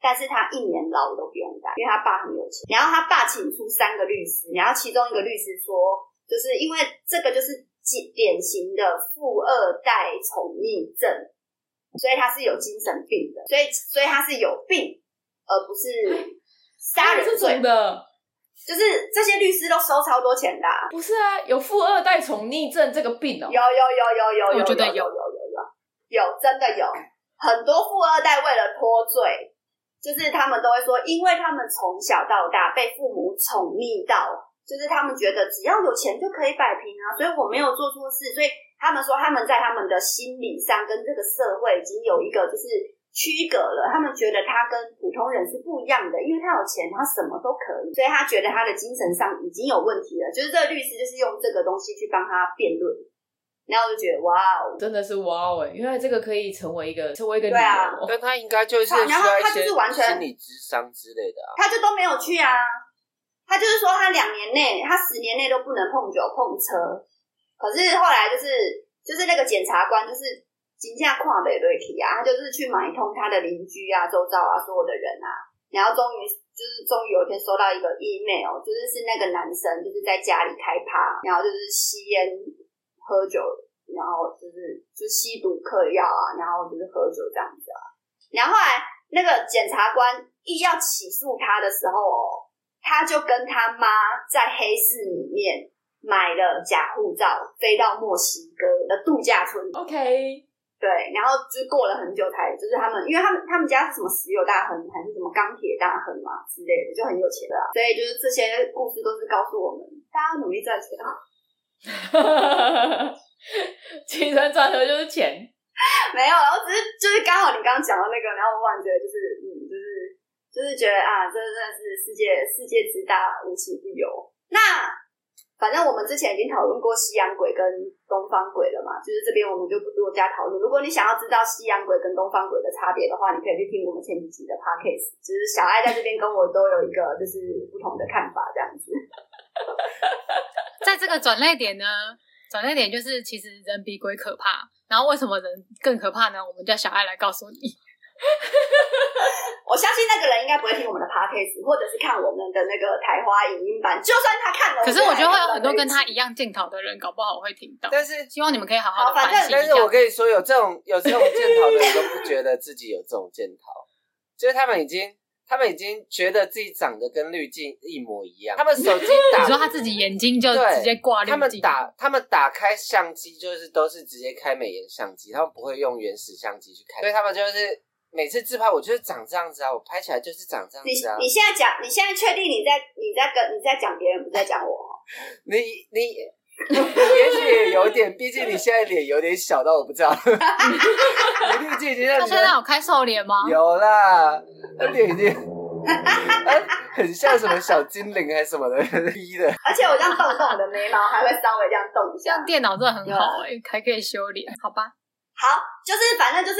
Speaker 2: 但是他一年牢都不用待，因为他爸很有钱。然后他爸请出三个律师，然后其中一个律师说，就是因为这个就是典典型的富二代宠溺症，所以他是有精神病的，所以所以他是有病，而不是
Speaker 1: 还
Speaker 2: 杀
Speaker 1: 有
Speaker 2: 人
Speaker 1: 这种
Speaker 2: 罪。
Speaker 1: 的
Speaker 2: 就是这些律师都收超多钱的啊、
Speaker 1: 不是啊，有富二代宠溺症这个病哦、
Speaker 2: 有有有有有有，
Speaker 3: 我觉得
Speaker 2: 有
Speaker 3: 有
Speaker 2: 有有有有真的有很多富二代为了脱罪，就是他们都会说，因为他们从小到大被父母宠溺到，就是他们觉得只要有钱就可以摆平啊，所以我没有做错事，所以他们说他们在他们的心理上跟这个社会已经有一个就是区隔了，他们觉得他跟普通人是不一样的，因为他有钱，他什么都可以，所以他觉得他的精神上已经有问题了。就是这个律师就是用这个东西去帮他辩论，然后我就觉得哇哦，
Speaker 1: 真的是哇哦、欸！原来这个可以成为一个成为一个理
Speaker 2: 对啊
Speaker 1: 由，
Speaker 4: 但他应该就是需
Speaker 2: 好然后
Speaker 4: 要一
Speaker 2: 他就是
Speaker 4: 些
Speaker 2: 完全
Speaker 4: 心理智商之类的啊。
Speaker 2: 他就都没有去啊。他就是说，他两年内，他十年内都不能碰酒碰车。可是后来就是就是那个检察官就是金价跨北瑞去啊，他就是去买通他的邻居啊、周遭啊所有的人啊，然后终于就是终于有一天收到一个 email，就是是那个男生就是在家里开趴，然后就是吸烟、喝酒，然后就是就吸毒、嗑药啊，然后就是喝酒这样子啊。然后后来那个检察官一要起诉他的时候哦，他就跟他妈在黑市里面买了假护照，飞到墨西哥的度假村。
Speaker 1: OK，
Speaker 2: 对，然后就是过了很久才，就是他们，因为他们他们家是什么石油大亨还是什么钢铁大亨嘛之类的，就很有钱的啊。所以就是这些故事都是告诉我们，大家努力赚钱啊。
Speaker 1: 起承转合就是钱，
Speaker 2: 没有，然后只是就是刚好你刚刚讲到那个，然后我感觉得就是嗯，就是就是觉得啊，这真的是世界世界之大，无奇不有。那反正我们之前已经讨论过西洋鬼跟东方鬼了嘛，就是这边我们就不多加讨论。如果你想要知道西洋鬼跟东方鬼的差别的话，你可以去听我们前几集的 podcast。只是小爱在这边跟我都有一个就是不同的看法，这样子。
Speaker 3: 在这个转类点呢，转类点就是其实人比鬼可怕。然后为什么人更可怕呢？我们叫小爱来告诉你。
Speaker 4: 哦
Speaker 2: 我相信那个人应该不会听我们的 podcast，或者是看我们的那个台花影音版。就算他看了，
Speaker 3: 可是我觉得会有很多
Speaker 2: 我觉得还是
Speaker 3: 跟他一样检讨的人，搞不好会听到。
Speaker 4: 但是
Speaker 3: 希望你们可以好
Speaker 2: 好
Speaker 3: 好的
Speaker 2: 反
Speaker 3: 反
Speaker 2: 正
Speaker 3: 省
Speaker 4: 但
Speaker 3: 一
Speaker 4: 是
Speaker 3: 下。
Speaker 4: 我跟你说，有这种有这种检讨的人都不觉得自己有这种检讨，就是他们已经他们已经觉得自己长得跟滤镜一模一样，他们手机打
Speaker 3: 你说他自己眼睛就
Speaker 4: 对
Speaker 3: 直接挂滤
Speaker 4: 他们
Speaker 3: 镜，
Speaker 4: 打他们打开相机就是都是直接开美颜相机，他们不会用原始相机去开，所以他们就是每次自拍，我就是长这样子啊，我拍起来就是长这样
Speaker 2: 你
Speaker 4: 子啊。
Speaker 2: 你现在讲，你现在确定你在你在跟你在讲别人，不在讲我哦？
Speaker 4: 你你也许也有点，毕竟你现在脸有点小到我不知道， 你滤镜已经让
Speaker 3: 他
Speaker 4: 你
Speaker 3: 现在
Speaker 4: 的
Speaker 3: 有开瘦脸吗？
Speaker 4: 有啦，那脸已经哎很像什么小精灵还是什么的，逼的。
Speaker 2: 而且我这样动动我的眉毛，还会稍微这样动一
Speaker 3: 这
Speaker 2: 下
Speaker 3: 样。电脑真的很好哎、还可以修脸，好吧？
Speaker 2: 好，就是反正就是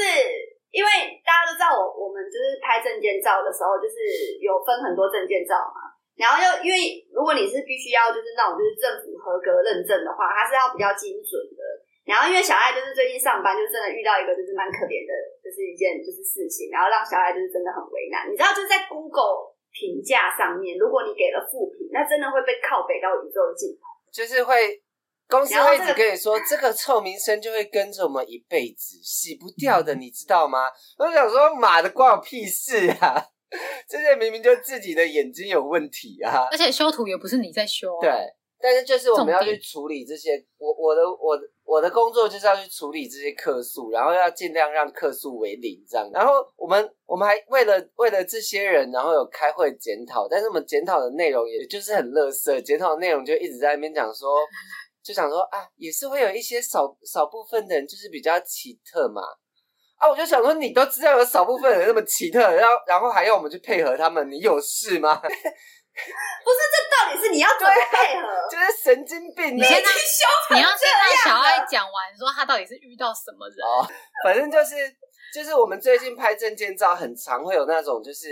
Speaker 2: 因为大家都知道我我们就是拍证件照的时候，就是有分很多证件照嘛。然后又因为如果你是必须要就是那种就是政府合格认证的话，它是要比较精准的。然后因为小爱就是最近上班，就真的遇到一个就是蛮可怜的，就是一件就是事情，然后让小爱就是真的很为难。你知道就是在 Google 评价上面，如果你给了负评，那真的会被靠北到宇宙尽头。
Speaker 4: 就是会公司
Speaker 2: 然后
Speaker 4: 会一
Speaker 2: 这个
Speaker 4: 直跟你说，这个臭名声就会跟着我们一辈子，洗不掉的，你知道吗？我想说，妈的，关我屁事啊！ 这些明明就自己的眼睛有问题啊！
Speaker 3: 而且修图也不是你在修、啊，
Speaker 4: 对，但是就是我们要
Speaker 3: 重
Speaker 4: 去
Speaker 3: 点
Speaker 4: 处理这些，我我的我的我的工作就是要去处理这些客诉，然后要尽量让客诉为零这样。然后我们我们还为了为了这些人，然后有开会检讨，但是我们检讨的内容也就是很垃圾，检讨的内容就一直在那边讲说，就想说啊，也是会有一些少少部分的人就是比较奇特嘛。啊！我就想说，你都知道有少部分人那么奇特，然后然后还要我们去配合他们，你有事吗？
Speaker 2: 到底是你要怎么配合？
Speaker 4: 就是神经病啊！
Speaker 3: 你现在
Speaker 2: 修
Speaker 3: 你要先让小
Speaker 4: 啊
Speaker 3: 爱讲完，说他到底是遇到什么人，
Speaker 4: 哦，反正就是就是我们最近拍证件照，很常会有那种就是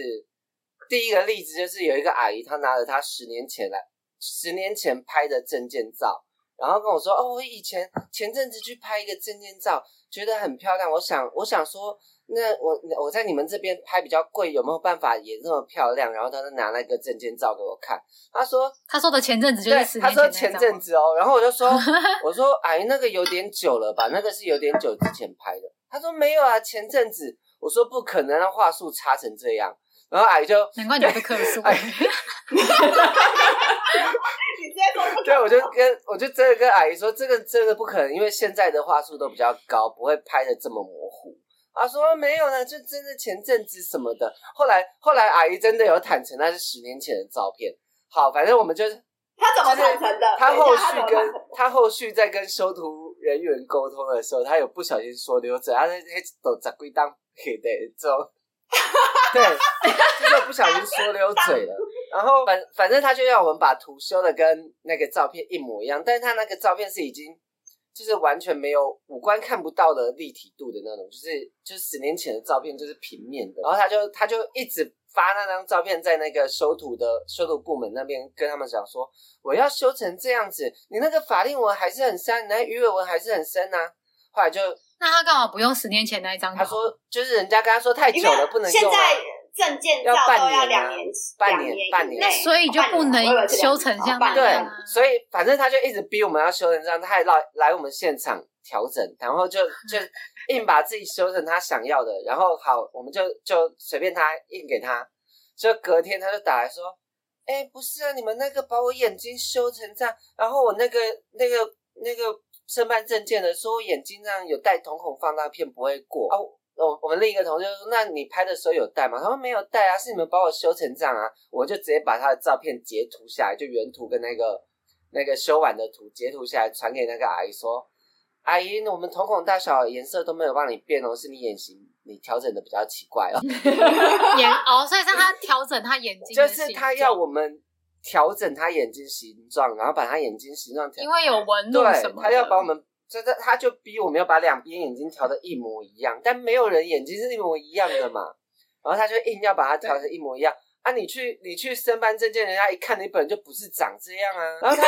Speaker 4: 第一个例子就是有一个阿姨，她拿了她十年前来十年前拍的证件照，然后跟我说哦，我以前前阵子去拍一个证件照，觉得很漂亮，我想我想说。那我我在你们这边拍比较贵，有没有办法也这么漂亮？然后她就拿那个证件照给我看，她说
Speaker 3: 他说的前阵子就
Speaker 4: 对，
Speaker 3: 是十
Speaker 4: 他
Speaker 3: 年
Speaker 4: 说
Speaker 3: 前
Speaker 4: 前
Speaker 3: 那张
Speaker 4: 阵
Speaker 3: 吗
Speaker 4: 子哦，然后我 就说，我说哎，那个有点久了吧？那个是有点久之前拍的。他说没有啊，前阵子。我说不可能，让啊话术差成这样。然后阿姨就，
Speaker 3: 难怪你会被克诉。
Speaker 4: 哎
Speaker 2: 你直接说
Speaker 4: 对我就跟我就真的跟阿姨说，这个真的不可能，因为现在的话术都比较高，不会拍的这么模糊。她说啊没有呢，就真的前阵子什么的。后来后来阿姨真的有坦诚，那是十年前的照片。好，反正我们就是
Speaker 2: 他怎么坦诚的？
Speaker 4: 他后续
Speaker 2: 等一下他怎么坦
Speaker 4: 跟
Speaker 2: 诚
Speaker 4: 他后续在跟修图人员沟通的时候，他有不小心说溜嘴，他在那抖杂龟当给的这种， 对，就是不小心说溜嘴 了。然后反反正他就要我们把图修的跟那个照片一模一样，但是他那个照片是已经就是完全没有五官看不到的立体度的那种，就是就是十年前的照片就是平面的，然后他就他就一直发那张照片在那个修图的修图部门那边跟他们讲说，我要修成这样子，你那个法令纹还是很深，你那鱼尾纹还是很深呐、后来就
Speaker 3: 那他干嘛不用十年前那一张就
Speaker 4: 他
Speaker 3: 好？
Speaker 4: 说，就是人家跟他说太
Speaker 2: 因
Speaker 4: 久了，不
Speaker 2: 为
Speaker 4: 能
Speaker 2: 现
Speaker 4: 用、啊。
Speaker 2: 在证件照都
Speaker 4: 要
Speaker 2: 要
Speaker 4: 半年啊
Speaker 2: 两年，
Speaker 4: 半
Speaker 2: 两
Speaker 4: 年
Speaker 2: 以
Speaker 4: 半年
Speaker 2: 内
Speaker 4: 那
Speaker 3: 所以就不能
Speaker 2: 哦半年我以为是两
Speaker 3: 修成像
Speaker 2: 哦半
Speaker 3: 那
Speaker 4: 对
Speaker 3: 样
Speaker 2: 年，
Speaker 4: 所以反正他就一直逼我们要修成这样，他还来来我们现场调整，然后就就硬把自己修成他想要的，然后好，我们就就随便他硬给他，就隔天他就打来说，哎、不是啊，你们那个把我眼睛修成这样，然后我那个那个那个申办证件的说我眼睛上有带瞳孔放大片不会过啊。我我我们另一个同事就说：“那你拍的时候有带吗？”他说：“没有带啊，是你们把我修成这样啊。”我就直接把他的照片截图下来，就原图跟那个那个修完的图截图下来传给那个阿姨说：“阿姨，我们瞳孔大小、颜色都没有帮你变哦，是你眼型你调整的比较奇怪哦。
Speaker 3: 眼哦，所以是他调整他眼睛，
Speaker 4: 就是他要，我们调整他眼睛形状，然后把他眼睛形状调
Speaker 3: 因为有纹路什
Speaker 4: 对，
Speaker 3: 么的，
Speaker 4: 他要把我们。”这这，他就逼我们要把两边眼睛调的一模一样，但没有人眼睛是一模一样的嘛。然后他就硬要把它调成一模一样啊！你去你去申办证件，人家一看你本人就不是长这样啊。然后他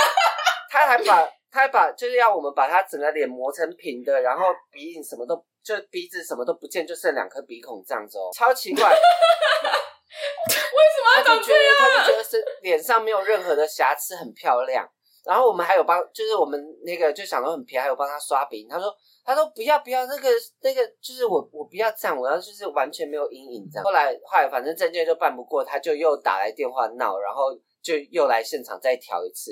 Speaker 4: 他还把 他还把就是要我们把他整个脸磨成平的，然后鼻影什么都就鼻子什么都不见，就剩两颗鼻孔这样子哦，超奇怪。为什么要长这样？他就觉得是脸上没有任何的瑕疵，很漂亮。然后我们还有帮，就是我们那个就想到很便宜，还有帮他刷鼻影。他说他说不要不要，那个那个就是我我不要这样，我要就是完全没有阴影这
Speaker 1: 嗯
Speaker 4: 样。后来后来反正证件就办不过，他就又打来电话闹，然后就又来现场再调一次，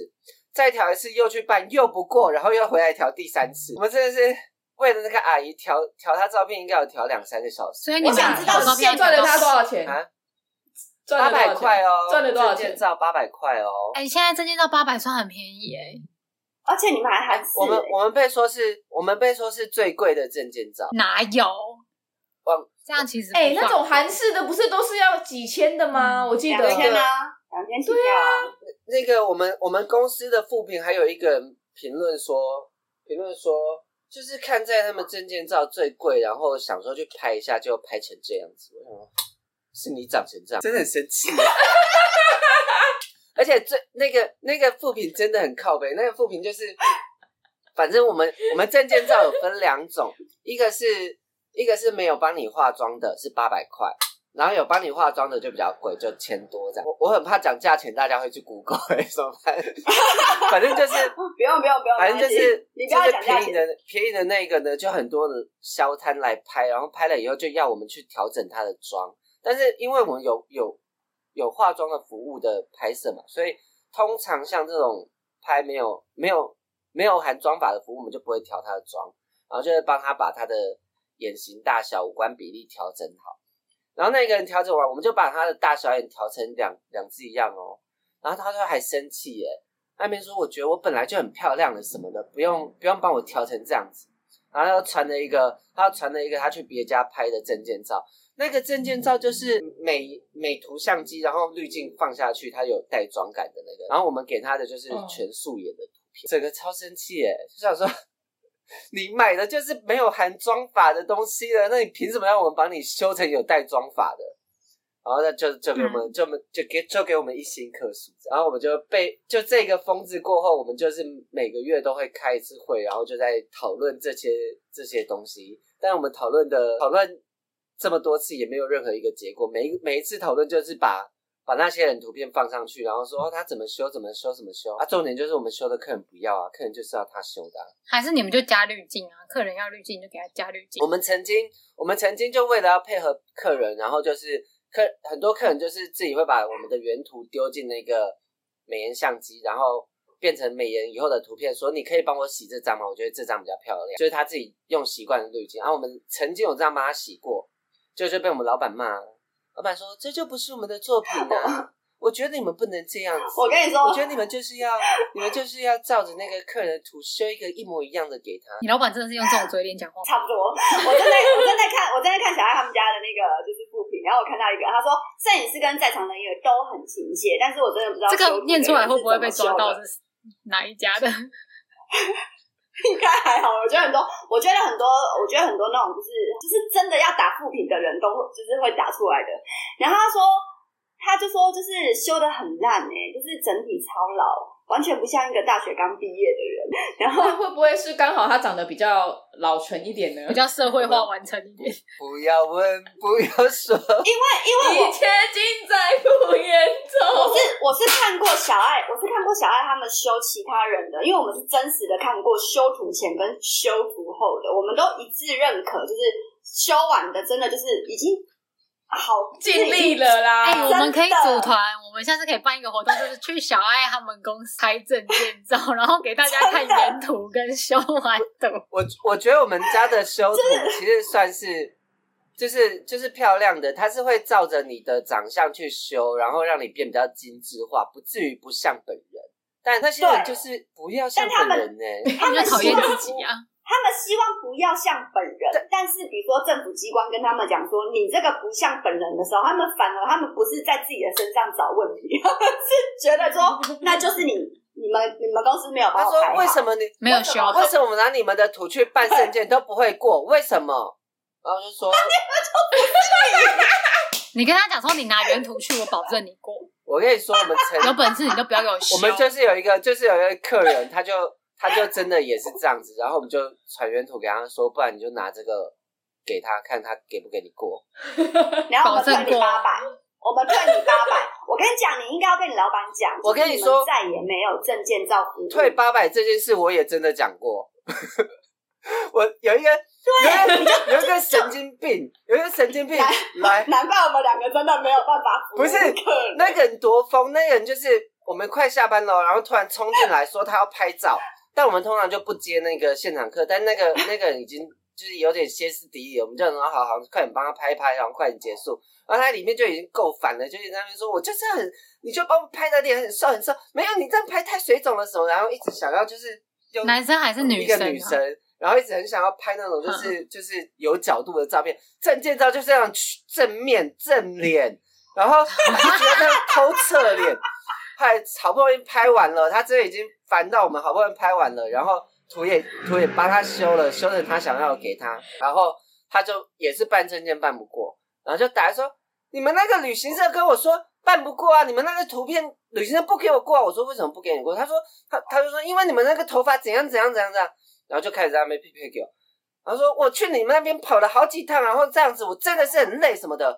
Speaker 4: 再调一次又去办又不过，然后又回来调第三次。我们真的是为了那个阿姨调调她照片，应该有调两三个小时。
Speaker 3: 所以你
Speaker 2: 我
Speaker 3: 们
Speaker 2: 想知道
Speaker 3: 照片
Speaker 2: 现
Speaker 1: 赚了他多少
Speaker 4: 啊
Speaker 1: 钱？赚
Speaker 4: 八
Speaker 1: 了多少钱
Speaker 4: 百块哦，
Speaker 1: 赚了多少
Speaker 4: 证
Speaker 1: 钱
Speaker 4: 件？照八百块哦。
Speaker 3: 哎，现在证件照八百算很便宜哎，
Speaker 2: 而且你们还喊
Speaker 4: 我
Speaker 2: 四、
Speaker 4: 们
Speaker 2: 欸，
Speaker 4: 我们被说是，我们被说是最贵的证件照，
Speaker 3: 哪有？
Speaker 4: 忘
Speaker 3: 这样其实
Speaker 1: 哎、
Speaker 3: 不算
Speaker 1: 那种韩式的不是都是要几千的吗？我记
Speaker 2: 嗯两
Speaker 1: 得
Speaker 2: 千啊，两千起跳啊，
Speaker 4: 那个我们我们公司的副评还有一个人评论说，评论说就是看在他们证件照最贵，然后想说去拍一下，就拍成这样子。我想说是你长成这哦样，真的很生气。 而且最那个那个副评真的很靠北，那个副评就是，反正我们我们证件照有分两种，一个是一个是没有帮你化妆的，是八百块。然后有帮你化妆的就比较贵，就千多这样。我我很怕讲价钱，大家会去 Google 哎、怎么办？反正就是，
Speaker 2: 不用不用不用，
Speaker 4: 反正就
Speaker 2: 没关
Speaker 4: 是
Speaker 2: 系你不
Speaker 4: 就
Speaker 2: 要
Speaker 4: 是
Speaker 2: 讲价
Speaker 4: 便宜
Speaker 2: 钱，
Speaker 4: 的便宜的那个呢，就很多人消摊来拍，然后拍了以后就要我们去调整他的妆。但是因为我们有有有化妆的服务的拍摄嘛，所以通常像这种拍没有没有没有含妆法的服务，我们就不会调他的妆，然后就会帮他把他的眼型大小、五官比例调整好。然后那个人调整完，我们就把他的大小眼调成两两只一样哦。然后他说还生气耶，那边说我觉得我本来就很漂亮了什么的，不用不用帮我调成这样子。然后他又传了一个，他又传了一个他去别家拍的证件照，那个证件照就是美美图相机，然后滤镜放下去，它有带妆感的那个。然后我们给他的就是
Speaker 1: 嗯
Speaker 4: 全素颜的图片，整个超生气耶，就想说你买的就是没有含妆法的东西了，那你凭什么让我们帮你修成有带妆法的？然后那就就给我们，就我们就给就给我们一星客诉，然后我们就被就这个疯子过后，我们就是每个月都会开一次会，然后就在讨论这些这些东西。但我们讨论的讨论这么多次也没有任何一个结果，每一每一次讨论就是把把那些人图片放上去，然后说、哦、他怎么修怎么修怎么修啊。重点就是我们修的客人不要啊，客人就是要他修的啊、
Speaker 3: 还是你们就加滤镜啊？客人要滤镜你就给他加滤镜
Speaker 4: 我。们曾经，我们曾经就为了要配合客人，然后就是客很多客人就是自己会把我们的原图丢进那个美颜相机，然后变成美颜以后的图片，说你可以帮我洗这张吗？我觉得这张比较漂亮，就是他自己用习惯的滤镜。啊然后我们曾经有这样帮他洗过，就就被我们老板骂了。老板说这就不是我们的作品啊！我觉得你们不能这样子。
Speaker 2: 我跟你说，，
Speaker 4: 我觉得你们就是要，你们就是要照着那个客人的图修一个一模一样的给他。
Speaker 3: 你老板真的是用这种嘴脸讲话
Speaker 2: 差不多。我 正在我正在看我正在看小爱他们家的那个就是副评，然后我看到一个，他说摄影师跟在场人员都很亲切，但是我真的不知道
Speaker 3: 这
Speaker 2: 修
Speaker 3: 个
Speaker 2: 图
Speaker 3: 念出来会不
Speaker 4: 哎
Speaker 3: 会被
Speaker 2: 的人是怎么
Speaker 3: 抓到？
Speaker 2: 修的？
Speaker 3: 这是哪一家的？
Speaker 2: 应该还好，我觉得很多，我觉得很多，我觉得很多那种就是就是真的要打副评的人都会就是会打出来的。然后他说，他就说就是修的很烂哎、就是整体超老，完全不像一个大学刚毕业的人。 然后
Speaker 1: 那会不会是刚好他长得比较老成一点呢？
Speaker 3: 比较社会化完成一点。
Speaker 4: 不要问，不要说。
Speaker 2: 因为我
Speaker 1: 一切尽在不言
Speaker 2: 我
Speaker 1: 中。
Speaker 2: 是我是看过小爱，我是看过小爱他们修其他人的，因为我们是真实的看过修图前跟修图后的，我们都一致认可，就是修完的真的就是已经好
Speaker 1: 尽力。了啦！
Speaker 3: 哎、我们
Speaker 2: 真的
Speaker 3: 可以组团，我们下次可以办一个活动，就是去小爱他们公司拍证件照， 然后给大家看
Speaker 2: 真的
Speaker 3: 原图跟修完图。
Speaker 4: 我我觉得我们家的修图其实算是，就是就是漂亮的，它是会照着你的长相去修，然后让你变比较精致化，不至于不像本人。但那些人
Speaker 2: 对
Speaker 4: 就是不要像
Speaker 2: 但他
Speaker 4: 本
Speaker 2: 们哦
Speaker 4: 人呢、
Speaker 2: 他
Speaker 3: 就
Speaker 2: 们
Speaker 3: 讨
Speaker 2: 希
Speaker 3: 厌
Speaker 2: 望
Speaker 3: 自己啊！
Speaker 2: 他们希望不要像本人，但是比如说政府机关跟他们讲说你这个不像本人的时候，他们反而他们不是在自己的身上找问题， 他们是觉得 说那就是你你们你们公司没有
Speaker 4: 他
Speaker 2: 帮我拍
Speaker 4: 说：“
Speaker 2: 好
Speaker 4: 为什么你
Speaker 3: 没有修
Speaker 4: 为什么拿你们的图去办证件都不会过？为什么？”然后就说
Speaker 3: 你跟他讲说你拿原图去，我保证你过。：“
Speaker 4: 我跟你说，我们曾
Speaker 3: 有本事你就不要给我修。
Speaker 4: 我们就是有一个，就是有一个客人，他就他就真的也是这样子，然后我们就传原图给他说，不然你就拿这个给他看，他给不给你过？
Speaker 2: 然后我们退
Speaker 3: 保证
Speaker 2: 你
Speaker 3: 过
Speaker 2: 八百，我们退你八百。我跟你讲，你应该要跟你老板讲，
Speaker 4: 我跟你
Speaker 2: 就是
Speaker 4: 说
Speaker 2: 们再也没有证件照服务
Speaker 4: 退八百这件事，我也真的讲过。 我有一个，有一个有一个神经病，有一个神经病来，
Speaker 2: 难怪我们两个真的没有办法服务
Speaker 4: 不是
Speaker 2: 客人。
Speaker 4: 那个人多疯，那个人就是我们快下班了，然后突然冲进来说他要拍照，但我们通常就不接那个现场客，但那个那个人已经就是有点歇斯底里，我们就很好好快点帮他拍一拍，然后快点结束。然后他里面就已经够烦了，就是在那边说我就是很，你就帮我拍的脸很瘦很瘦，没有你这样拍太水肿了什么，然后一直想要就是用
Speaker 3: 男生还是女
Speaker 4: 一个
Speaker 3: 生、啊
Speaker 4: 女生，然后一直很想要拍那种就是、就是有角度的照片，证件照就是这样正面正脸，然后他就觉得在偷侧脸，后来好不容易拍完了，他真的已经烦到我们好不容易拍完了，然后图也图也帮他修了，修成他想要的给他，然后他就也是办证件办不过，然后就打来说你们那个旅行社跟我说办不过啊，你们那个图片旅行社不给我过、啊，我说为什么不给你过？他说他他就说因为你们那个头发怎样怎样怎样怎样，然后就开始在那边批评给我，然后说我去你们那边跑了好几趟，然后这样子我真的是很累什么的，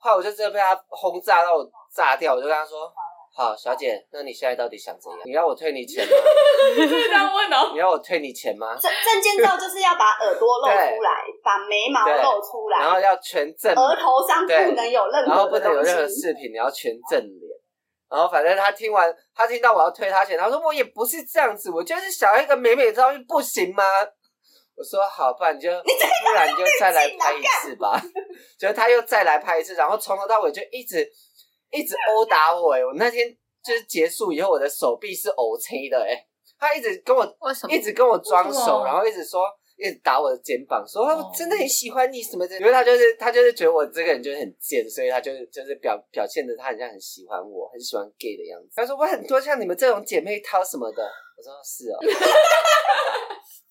Speaker 4: 后来我就真的被他轰炸到我炸掉，我就跟他说。好，小姐，那你现在到底想怎样？你要我退你钱吗？
Speaker 1: 这样问哦
Speaker 4: 你。要我退你钱吗？
Speaker 2: 证证件照就是要把耳朵露出 来，把眉毛
Speaker 4: 对
Speaker 2: 露出来，
Speaker 4: 然后要全正面，
Speaker 2: 额头上
Speaker 4: 对
Speaker 2: 不能有任
Speaker 4: 然后
Speaker 2: 何
Speaker 4: 不
Speaker 2: 的
Speaker 4: 能有
Speaker 2: 东
Speaker 4: 任何
Speaker 2: 西。
Speaker 4: 饰品，你要全正脸。然后反正他听完，他听到我要推他钱，他说我也不是这样子，我就是想要一个美美的照片，不行吗？我说好，不然你就不然你就再来拍一次吧。 结果他又再来拍一次，然后从头到尾就一直一直殴打我、欸。我那天就是结束以后，我的手臂是偶青的、欸，哎，他一直跟我
Speaker 3: 为什么
Speaker 4: 一？直跟我装
Speaker 1: 为什
Speaker 4: 手，
Speaker 1: 么
Speaker 4: 然后一直说，一直打我的肩膀，说、
Speaker 1: 哦
Speaker 4: 我真的很喜欢你什么的。因为他就是他就是觉得我这个人就是很贱，所以他就是就是表表现的他很像很喜欢我，很喜欢 gay 的样子。他说我很多像你们这种姐妹淘什么的，我说是哦。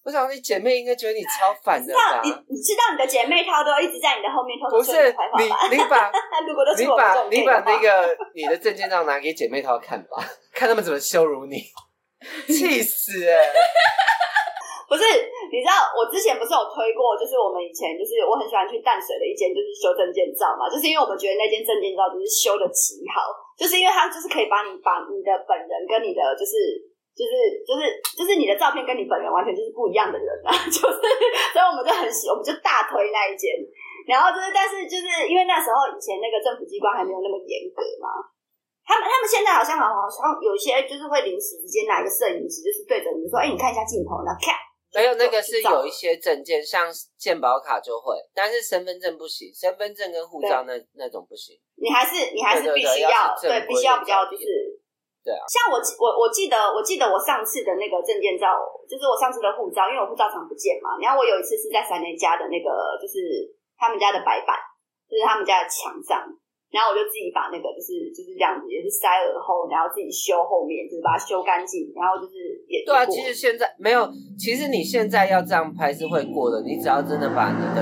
Speaker 4: 我想你姐妹应该觉得你超烦的
Speaker 2: 啊
Speaker 4: 吧
Speaker 2: 你？你知道你的姐妹她都一直在你的后面偷偷
Speaker 4: 不
Speaker 2: 说你
Speaker 4: 是
Speaker 2: 的坏话吧？
Speaker 4: 你你把
Speaker 2: 那如果都是
Speaker 4: 你
Speaker 2: 我们这
Speaker 4: 把
Speaker 2: 种
Speaker 4: 你
Speaker 2: 废话
Speaker 4: 把那个你的证件照拿给姐妹淘看吧，看他们怎么羞 辱你，气死哎、
Speaker 2: 不是，你知道我之前不是有推过，就是我们以前就是我很喜欢去淡水的一间就是修证件照嘛，就是因为我们觉得那间证件照就是修的极好，就是因为它就是可以把你把你的本人跟你的就是。就是就是就是你的照片跟你本人完全就是不一样的人啊， 就是所以我们就很喜，我们就大推那一间。然后就是，但是就是因为那时候以前那个政府机关还没有那么严格嘛，他们他们现在好像好好像有一些就是会临时直接拿一个摄影师，就是对着你说，哎、你看一下镜头，然后看。
Speaker 4: 没有，那个是有一些证件，像健保卡就会，但是身份证不行，身份证跟护照那那种不行。
Speaker 2: 你还是你还是
Speaker 4: 对对
Speaker 2: 必
Speaker 4: 对
Speaker 2: 须
Speaker 4: 要是
Speaker 2: 要
Speaker 4: 正规的
Speaker 2: 必须要比较
Speaker 4: 照
Speaker 2: 就是
Speaker 4: 片对啊
Speaker 2: 像我记我我记得我记得我上次的那个证件照，就是我上次的护照，因为我护照常不见嘛。然后我有一次是在闪雷家的那个，就是他们家的白板，就是他们家的墙上，然后我就自己把那个就是就是这样子，也是塞耳后，然后自己修后面，就是把它修干净，然后就是也
Speaker 4: 对啊，
Speaker 2: 也过
Speaker 4: 其实现在没有，其实你现在要这样拍是会过的，你只要真的把你的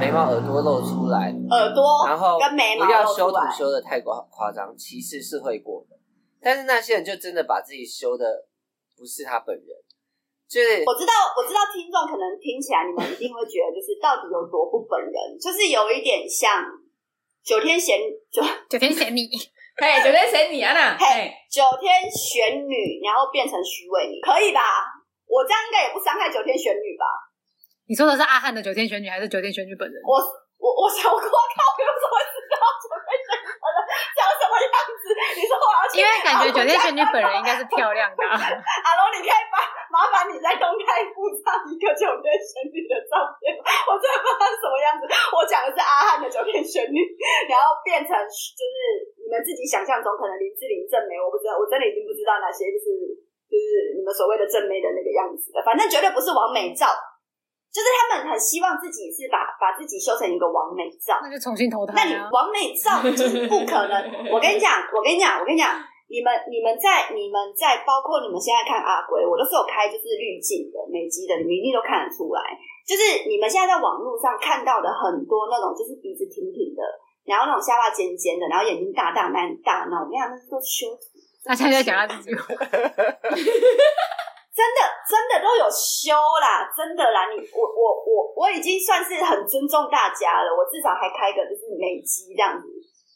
Speaker 4: 眉毛、耳朵露出来，
Speaker 2: 耳朵
Speaker 4: 然
Speaker 2: 哦
Speaker 4: 后
Speaker 2: 跟眉毛
Speaker 4: 不要
Speaker 2: 露
Speaker 4: 修
Speaker 2: 出
Speaker 4: 图
Speaker 2: 来，
Speaker 4: 修的太夸夸张，其实是会过的。但是那些人就真的把自己修的不是他本人，就是
Speaker 2: 我知道，我知道，听众可能听起来你们一定会觉得，就是到底有多不本人，就是有一点像九天玄九
Speaker 3: 九天写你，
Speaker 1: 嘿，九天谁你啊啦？嘿，
Speaker 2: 九天玄女，然后变成徐伟宁，可以吧？我这样应该也不伤害九天玄女吧？
Speaker 3: 你说的是阿汉的九天玄女，还是九天玄女本人？
Speaker 2: 我我我想我靠，我又怎么知道九天玄女本人长什么样子？你说我要去？
Speaker 3: 因为感觉九天玄女本人应该是漂亮的、啊，
Speaker 2: 阿龙，你可以把麻烦你在公开附上一个九天玄女的照片，我真的不知道是什么样子。我讲的是阿汉的九天玄女，然后变成就是你们自己想象中可能林志玲正美，我不知道，我真的已经不知道哪些就是就是你们所谓的正妹的那个样子了，反正绝对不是完美照。就是他们很希望自己是把把自己修成一个完美照，
Speaker 3: 那就重新投
Speaker 2: 那
Speaker 3: 胎
Speaker 2: 你
Speaker 3: 啊！
Speaker 2: 完美照就是不可能。我跟你讲，我跟你讲，我跟你讲，你们你们在你们在包括你们现在看阿龟，我都是有开就是滤镜的、美肌的，你们一定都看得出来。就是你们现在在网络上看到的很多那种就是鼻子挺挺的，然后那种下巴尖尖的，然后眼睛大大那大那，我跟你讲，那是都修图。
Speaker 3: 他现在在讲他自己，
Speaker 2: 真的真的都有修啦，真的啦，你我我我我已经算是很尊重大家了，我至少还开个就是美肌这样子。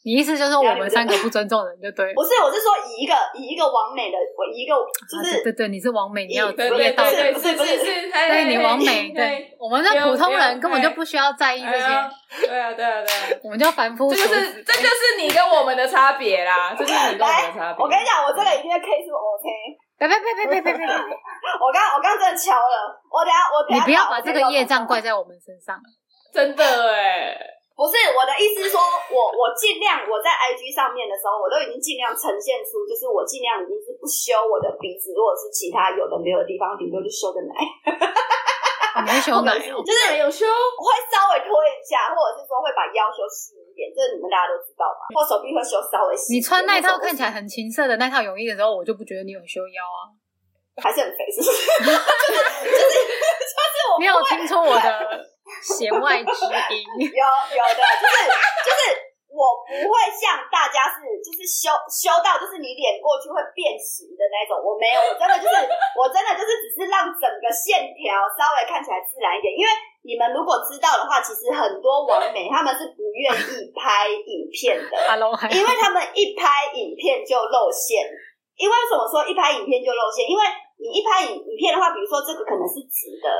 Speaker 3: 你意思就是我们三个不尊重人，就对了。
Speaker 2: 不是，我是说以一个以一个完美的，我以一个就
Speaker 3: 啊
Speaker 2: 是、
Speaker 3: 对对对，你是王美，你要有
Speaker 1: 对
Speaker 3: 职业
Speaker 1: 对
Speaker 3: 道德
Speaker 1: 对，
Speaker 2: 不
Speaker 1: 不
Speaker 2: 是
Speaker 1: 是
Speaker 2: 不
Speaker 1: 不
Speaker 2: 是
Speaker 1: 是是，
Speaker 3: 对
Speaker 1: 对
Speaker 3: 你王美，
Speaker 1: 对
Speaker 3: 对，我们这普通人根本就不需要在意这
Speaker 1: 哎呀
Speaker 3: 些，
Speaker 1: 对啊对啊对啊，
Speaker 3: 我们就凡夫
Speaker 1: 这
Speaker 3: 俗
Speaker 1: 就
Speaker 3: 子。
Speaker 1: 是这就是你跟我们的差别啦，这就是你跟我们的差别。
Speaker 2: 哎我跟你讲，我这个一定会 K 出 OK。
Speaker 3: 别别别别别别别！
Speaker 2: 我刚我刚真的瞧了，我等下我等
Speaker 3: 你
Speaker 2: 下
Speaker 3: 不要
Speaker 2: 我
Speaker 3: 把
Speaker 2: 这
Speaker 3: 这
Speaker 2: 个
Speaker 3: 个业障怪在我们身上。
Speaker 1: 真的哎，
Speaker 2: 不不是我的意思是说，我我尽量我在 IG 上面的时候，我都已经尽量呈现出，就是我尽量已经是不修我的鼻子，或者是其他有的没有的地方，顶多就修个奶，
Speaker 3: 你会修奶哦？
Speaker 2: 就是
Speaker 1: 有修，
Speaker 2: 我会稍微拖一下，或者是说会把腰修细一点，这你们大家都知道嘛。或手臂会修稍微细一点。
Speaker 3: 你穿那套看起
Speaker 2: 来
Speaker 3: 来很情色的那套泳衣的时候，我就不觉得你有修腰啊。
Speaker 2: 还是很肥，是不是？就是就是就是我
Speaker 3: 你有听出我的弦外之 音？
Speaker 2: 有有的，就是就是我不会像大家是就是修修到就是你脸过去会变形的那种，我没有，我真的就是我真的就是只是让整个线条稍微看起来自然一点，因为。你们如果知道的话，其实很多网美他们是不愿意拍影片的，
Speaker 3: Hello，还
Speaker 2: 因为他们一拍影片就露馅。因为怎么说一拍影片就露馅？因为你一拍影影片的话，比如说这个可能是直的，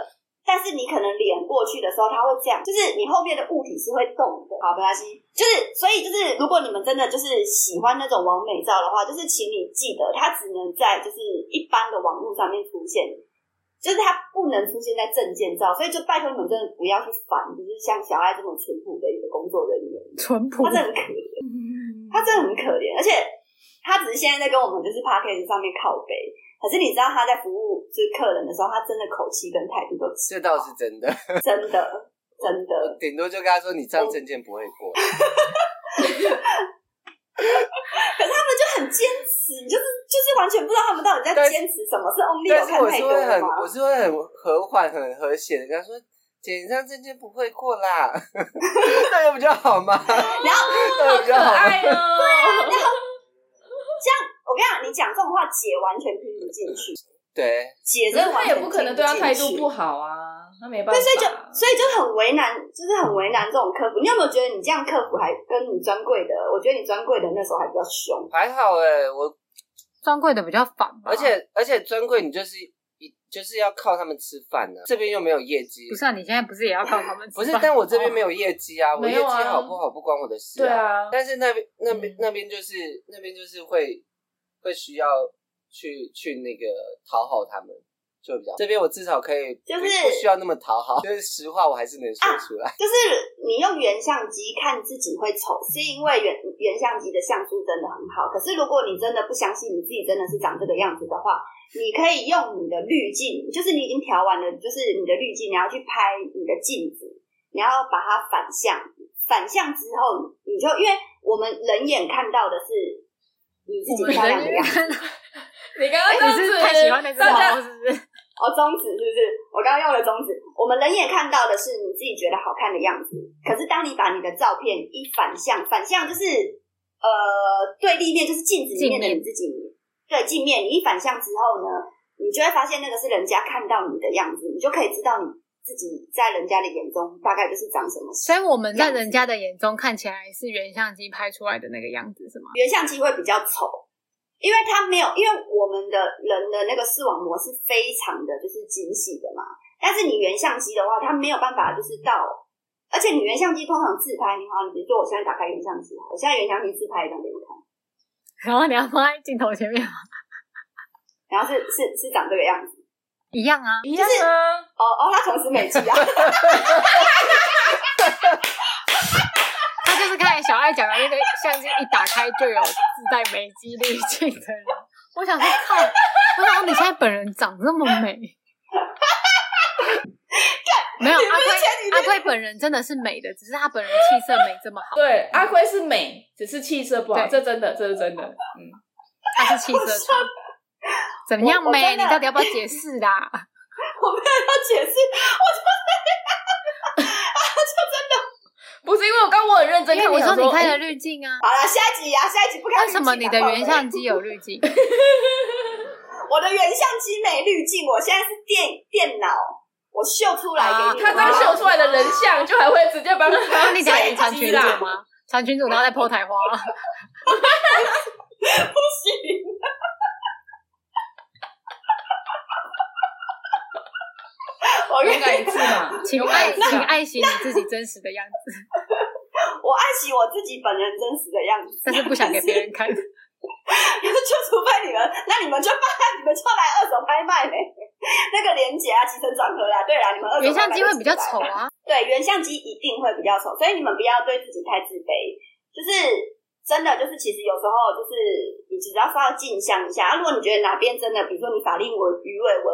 Speaker 2: 但是你可能脸过去的时候，它会这样，就是你后面的物体是会动的。好，没关系，就是所以就是，如果你们真的就是喜欢那种完美照的话，就是请你记得，它只能在就是一般的网络上面出现。就是它不能出现在证件照，所以就拜托你们真的不要去烦，就是像小爱这么淳朴的一个工作人员，
Speaker 3: 淳朴
Speaker 2: 他。真的很可怜。他
Speaker 3: 嗯
Speaker 2: 真的很可怜，而且他只是现在在跟我们就是 p a c k a g e 上面靠背，可是你知道他在服务就是客人的时候，他真的口气跟态度都
Speaker 4: 这倒是真的，
Speaker 2: 真的真的，
Speaker 4: 顶多就跟他说你这样证件不会过。
Speaker 2: 可是他们就很坚持，你就是就是完全不知道他们到底在
Speaker 4: 但是
Speaker 2: 坚持什么，是 only 有
Speaker 4: 但是
Speaker 2: 看
Speaker 4: 我
Speaker 2: 太
Speaker 4: 是
Speaker 2: 多
Speaker 4: 会很，
Speaker 2: 吗
Speaker 4: 我？是会很和缓、很和谐的跟他说：“姐，你这样证件不会过啦， 那样不就好吗？
Speaker 2: 然后
Speaker 4: 那样不
Speaker 1: 可
Speaker 4: 就好吗
Speaker 1: 爱
Speaker 2: 啊
Speaker 1: 哦。
Speaker 2: 我跟你讲，你讲这种话，姐完全听不进去，？”
Speaker 4: 对，
Speaker 2: 姐
Speaker 1: 可
Speaker 2: 真
Speaker 1: 是
Speaker 2: 的
Speaker 1: 他
Speaker 2: 完全
Speaker 1: 也
Speaker 2: 听
Speaker 1: 不
Speaker 2: 不
Speaker 1: 可能对他态
Speaker 2: 进
Speaker 1: 度
Speaker 2: 去
Speaker 1: 不好啊，他没办
Speaker 2: 对，
Speaker 1: 法。
Speaker 2: 所以就所以就很为难，就是很为难这种客服。你有没有觉得你这样客服还跟你专柜的？我觉得你专柜的那时候还比较凶。
Speaker 4: 还好哎、我
Speaker 3: 专柜的比较反吧，
Speaker 4: 而且而且专柜你就是一就是要靠他们吃饭呢、啊这边又没有业绩
Speaker 3: 不，是啊，你现在不是也要靠他们吃
Speaker 4: 不
Speaker 3: 饭？哦
Speaker 4: 是，但我这边没有业绩啊，我
Speaker 1: 没
Speaker 4: 业绩
Speaker 1: 有啊
Speaker 4: 好不好不关我的事
Speaker 1: 对啊，
Speaker 4: 但是那边那边
Speaker 1: 嗯
Speaker 4: 那边就是那边就是会会需要去去那个讨好他们，就比较这边我至少可以
Speaker 2: 就是
Speaker 4: 不不需要那么讨好，就是实话我还是能说出来。
Speaker 2: 就是你用原相机看自己会丑，是因为原原相机的像素真的很好。可是如果你真的不相信你自己真的是长这个样子的话，你可以用你的滤镜，就是你已经调完了，就是你的滤镜，你要去拍你的镜子，你要把它反向，反向之后，你就因为我们人眼看到的是你自己
Speaker 3: 我们
Speaker 2: 漂亮的
Speaker 3: 人
Speaker 2: 样子。
Speaker 1: 哎你刚刚这
Speaker 3: 你
Speaker 1: 样
Speaker 3: 是
Speaker 1: 子，
Speaker 3: 太喜欢那只
Speaker 1: 大
Speaker 3: 猫
Speaker 1: 家
Speaker 3: 是不是？
Speaker 2: 哦，中指是不是？我刚刚用了中指。我们人眼看到的是你自己觉得好看的样子，可是当你把你的照片一反向，反向就是呃对立面，就是镜子里面的
Speaker 3: 镜面
Speaker 2: 你自己，对镜面，你一反向之后呢，你就会发现那个是人家看到你的样子，你就可以知道你自己在人家的眼中大概就是长什么
Speaker 3: 所以我们
Speaker 2: 样
Speaker 3: 在
Speaker 2: 子
Speaker 3: 人家的眼中看起来是原相机拍出来的那个样子，是吗？
Speaker 2: 原相机会比较丑，因为它没有，因为我们的人的那个视网膜是非常的就是精细的嘛。但是你原相机的话，它没有办法就是到，而且你原相机通常自拍，你好，你比如说我现在打开原相机，我现在原相机自拍一张给你看，
Speaker 3: 然后你要放在镜头前面吗，
Speaker 2: 然后是是是长这个样子。
Speaker 3: 一样啊。
Speaker 1: 一样啊，
Speaker 2: 哦哦，它同时美肌 啊，
Speaker 3: 他就是看小爱讲的那个相机一打开就有自带美肌滤镜的人。 我想说，靠！我想说你现在本人长这么 美，没有阿
Speaker 2: 你不是前几天
Speaker 3: 贵，阿贵本人真的是美的，只是他本人气色没这么 好，
Speaker 1: 对，阿辉是美，只是气色不好，
Speaker 3: 对
Speaker 1: 这真的，这是真的，嗯。
Speaker 3: 他是气色差。怎么样
Speaker 2: 我我
Speaker 3: 美？
Speaker 2: 真
Speaker 3: 你
Speaker 2: 的
Speaker 3: 到底要不要解释 啦？
Speaker 2: 我没有要解释，
Speaker 1: 不是因为我刚我很认真
Speaker 3: 因为
Speaker 1: 看，
Speaker 3: 你
Speaker 1: 我
Speaker 3: 说
Speaker 1: 想
Speaker 3: 你看
Speaker 1: 哎
Speaker 3: 的滤镜啊，
Speaker 2: 好了，下一集啊，下一集不看 啊
Speaker 3: 为什么你的原相机有滤 镜？
Speaker 2: 我的原相机没滤镜，我现在是电电脑，我秀出来
Speaker 3: 啊
Speaker 2: 给你
Speaker 1: 他
Speaker 2: 们
Speaker 1: 这
Speaker 2: 看。
Speaker 1: 个秀出来的人像，就还会直接把
Speaker 3: 然
Speaker 1: 他
Speaker 3: 后你讲你传
Speaker 1: 机
Speaker 3: 群主
Speaker 1: 啦。
Speaker 3: 吗？传群主然后再剖台 花，
Speaker 2: 不行。 我跟
Speaker 1: 勇
Speaker 2: 你
Speaker 1: 敢一次嘛，
Speaker 3: 请
Speaker 1: 勇敢
Speaker 3: 爱
Speaker 1: 一次
Speaker 3: 请
Speaker 1: 嘛，
Speaker 3: 爱惜你自己真实的样子，
Speaker 2: 我爱惜我自己本人真实的样子，
Speaker 3: 但是不想给 别人 看。
Speaker 2: 就除非你们，那你们就卖，你们就来二手拍卖呗。那个连结啊，起承转合啦，对啦，你们二
Speaker 3: 原相机会比较丑
Speaker 2: 啊。
Speaker 3: 啊，
Speaker 2: 对，原相机一定会比较丑，所以你们不要对自己太自卑。就是真的，就是其实有时候就是你只要稍微镜像一下、啊如果你觉得哪边真的，比如说你法令纹、鱼尾纹，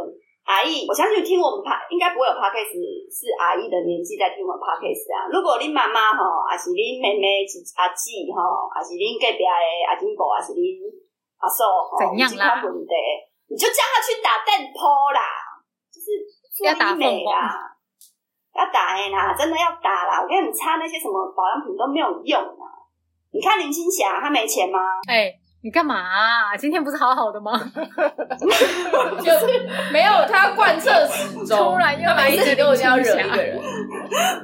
Speaker 2: 阿姨，我相信听我们 p 应该不会有 p o d c a s 是阿姨的年纪在听我们 p o d c a s 啊。如果你妈妈吼，还是你妹妹、是阿姊吼，还是你隔壁的阿金狗，还是你阿嫂吼，
Speaker 3: 怎样啦
Speaker 2: 有这款问题，你就叫他去打蛋泡啦，就是
Speaker 3: 要打
Speaker 2: 医美
Speaker 3: 凤凰
Speaker 2: 啦。要打哎、啦，真的要打啦！我跟你擦那些什么保养品都没有用啊！你看林青霞，她没钱吗？
Speaker 3: 哎、你干嘛啊、今天不是好好的吗？
Speaker 1: 就是没有他贯彻始终，
Speaker 3: 突然又
Speaker 1: 他每一集都一定要惹一
Speaker 3: 来一
Speaker 1: 个
Speaker 3: 个
Speaker 1: 人，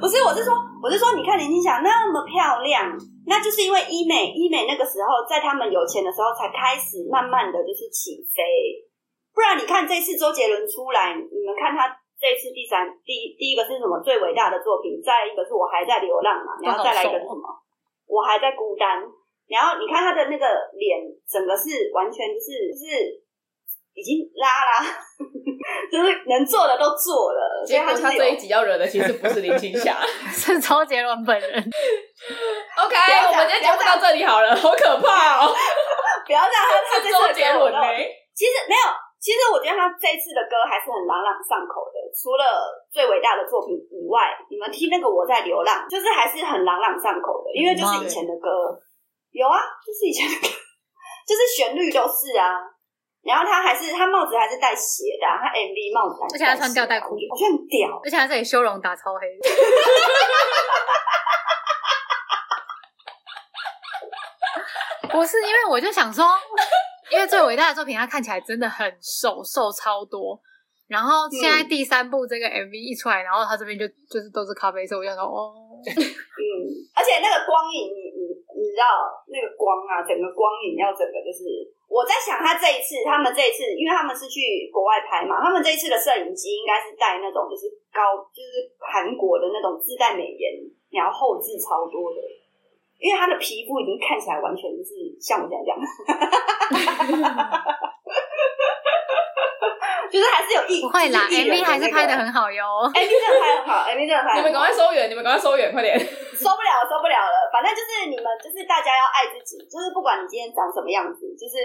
Speaker 2: 不是，我是说，我是说，你看林青霞那么漂亮，那就是因为医美，医美那个时候在他们有钱的时候才开始慢慢的就是起飞，不然你看这次周杰伦出来，你们看他。这次第三第第一个是什么最伟大的作品，再一个是我还在流浪嘛，然后再来一个是什么？我还在孤单。然后你看他的那个脸，整个是完全就是就是已经拉 啦，就是能做的都做了，所以
Speaker 1: 结果
Speaker 2: 他就是
Speaker 1: 他
Speaker 2: 有
Speaker 1: 这一集要惹的其实不是林青 霞。
Speaker 3: 是周杰伦本人，
Speaker 1: OK，
Speaker 2: 不要讲
Speaker 1: 我们今天节目到这里好了，好可怕哦！
Speaker 2: 不要 让他他这
Speaker 1: 是
Speaker 2: 次的
Speaker 1: 周杰伦呢
Speaker 2: 歌我都？其实没有，其实我觉得他这次的歌还是很朗朗上口的。除了最伟大的作品以外，你们听那个《我在流浪》，就是还是很朗朗上口的，因为就是以前的歌。有啊，就是以前的歌， 就是旋律都是啊。然后他还是他帽子还是戴斜的啊、他 MV 帽子还是
Speaker 3: 而且他
Speaker 2: 戴斜的啊
Speaker 3: 穿吊带
Speaker 2: 我
Speaker 3: 裤
Speaker 2: 觉得我觉得很屌。
Speaker 3: 而且还在这里修容打超黑。 不是，因为我就想说，因为最伟大的作品，他看起来真的很瘦，瘦超多。然后现
Speaker 2: 嗯
Speaker 3: 在第三部这个 MV 一出来，然后他这边就就是都是咖啡色，我就想说哦，
Speaker 2: 嗯，而且那个光影，你你你知道那个光啊，整个光影要整个就是，我在想他这一次，他们这一次，因为他们是去国外拍嘛，他们这一次的摄影机应该是带那种就是高，就是韩国的那种自带美颜，然后后置超多的，因为他的皮肤已经看起来完全就是像我现在这样， 就是还是有艺，
Speaker 3: 不 会啦
Speaker 2: 就是艺人
Speaker 3: ，MV 还是拍的
Speaker 2: 那个。
Speaker 3: 很好哟。
Speaker 2: MV 真的拍得很好，MV 真的拍得
Speaker 1: 你
Speaker 2: 很好。
Speaker 1: 们赶快收远，你们赶快收远，快 点！
Speaker 2: 受不了，受不了了。反正就是你们，就是大家要爱自己，就是不管你今天长什么样子，就是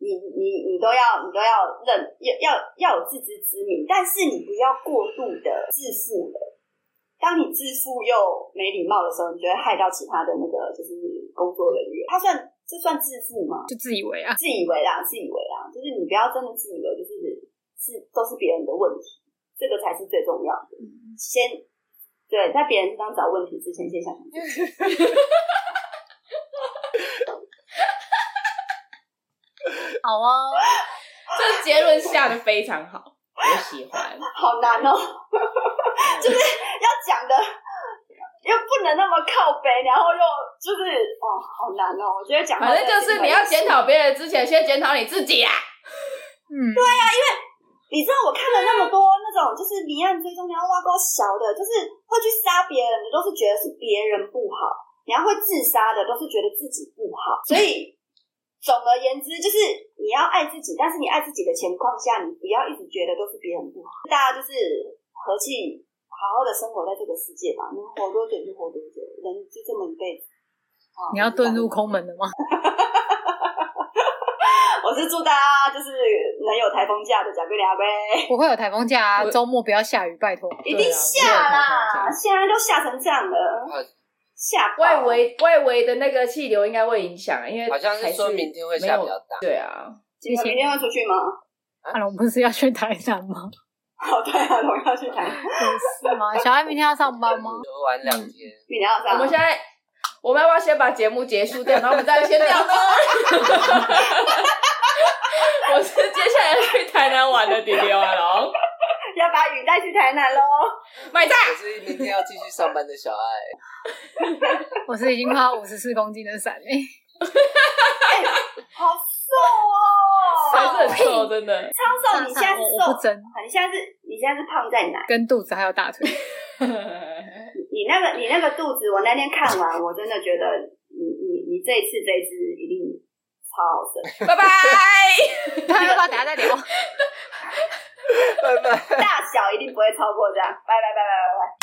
Speaker 2: 你你你都要你都要认要要要有自知之明，但是你不要过度的自负了。当你自负又没礼貌的时候，你就会害到其他的那个就是工作人员。他算这算自负吗？
Speaker 3: 就自以为啊，
Speaker 2: 自以为啦，自以为啦，就是你不要真的自以为就是是都是别人的问题，这个才是最重要的。先对，在别人身上找问题之前，先想想自己。
Speaker 3: 好哦，
Speaker 1: 这结论下的非常 好，我喜欢。
Speaker 2: 好难哦， 就是要讲的又不能那么靠北，然后又就是哦，好难哦。我觉得讲到
Speaker 1: 反正就
Speaker 2: 这
Speaker 1: 是
Speaker 2: 个
Speaker 1: 你要检讨别人之前，先检讨你自己啊！
Speaker 3: 嗯，
Speaker 2: 啊你知道我看了那么多那种就是迷案追踪，然后挖沟小的，就是会去杀别人的，都是觉得是别人不好；然后会自杀的，都是觉得自己不 好。所以总而言之，就是你要爱自己，但是你爱自己的情况下，你不要一直觉得都是别人不好。大家就是和气，好好的生活在这个世界吧。能活多久就活多久，人就这么一辈子。啊
Speaker 3: 你要遁入空门了吗？
Speaker 2: 我是祝大家就是能有台风假的贾桂良呗。
Speaker 3: 不会有台风假啊，
Speaker 1: 我
Speaker 3: 周末不要下雨，拜托。
Speaker 2: 一定下
Speaker 1: 对啊没有台
Speaker 2: 啦，
Speaker 1: 风
Speaker 2: 现在都下成这样了
Speaker 4: 好，
Speaker 2: 下
Speaker 1: 外围外围的那个气流应该会影响，因为
Speaker 4: 好像是
Speaker 1: 还
Speaker 4: 说明天会下比较大。
Speaker 1: 对啊，
Speaker 2: 你们明天会出去吗？
Speaker 3: 阿龙不是要去台南吗？
Speaker 2: 好，对啊，我要去谈，
Speaker 3: 是 吗？小爱明天要上班吗？
Speaker 4: 就玩两天，
Speaker 2: 明天要上。
Speaker 1: 我们现在我们要不要先把节目结束掉，然后我们再先 聊呢？我是接下来去台南玩的迪迪阿 龙，
Speaker 2: 要把雨带去台南喽。
Speaker 1: 买菜。
Speaker 4: 可是明天要继续上班的小爱。
Speaker 3: 我是已经快要五十四公斤的伞哎、
Speaker 2: 好瘦
Speaker 1: 还
Speaker 2: 哦，
Speaker 1: 是很瘦，真 的。
Speaker 2: 超瘦！你现在是
Speaker 3: 我我不
Speaker 2: 瘦，
Speaker 3: 争，
Speaker 2: 你现在是，你现在是胖在哪？
Speaker 3: 跟肚子还有 大腿。
Speaker 2: 你那个，你那个肚子，我那天看完，我真的觉得你你你这一次这一次一定超好生。
Speaker 1: 拜拜。
Speaker 3: 要不要等下再聊？
Speaker 4: 拜拜。
Speaker 2: 大小一定不会超过这样。拜拜拜拜拜拜。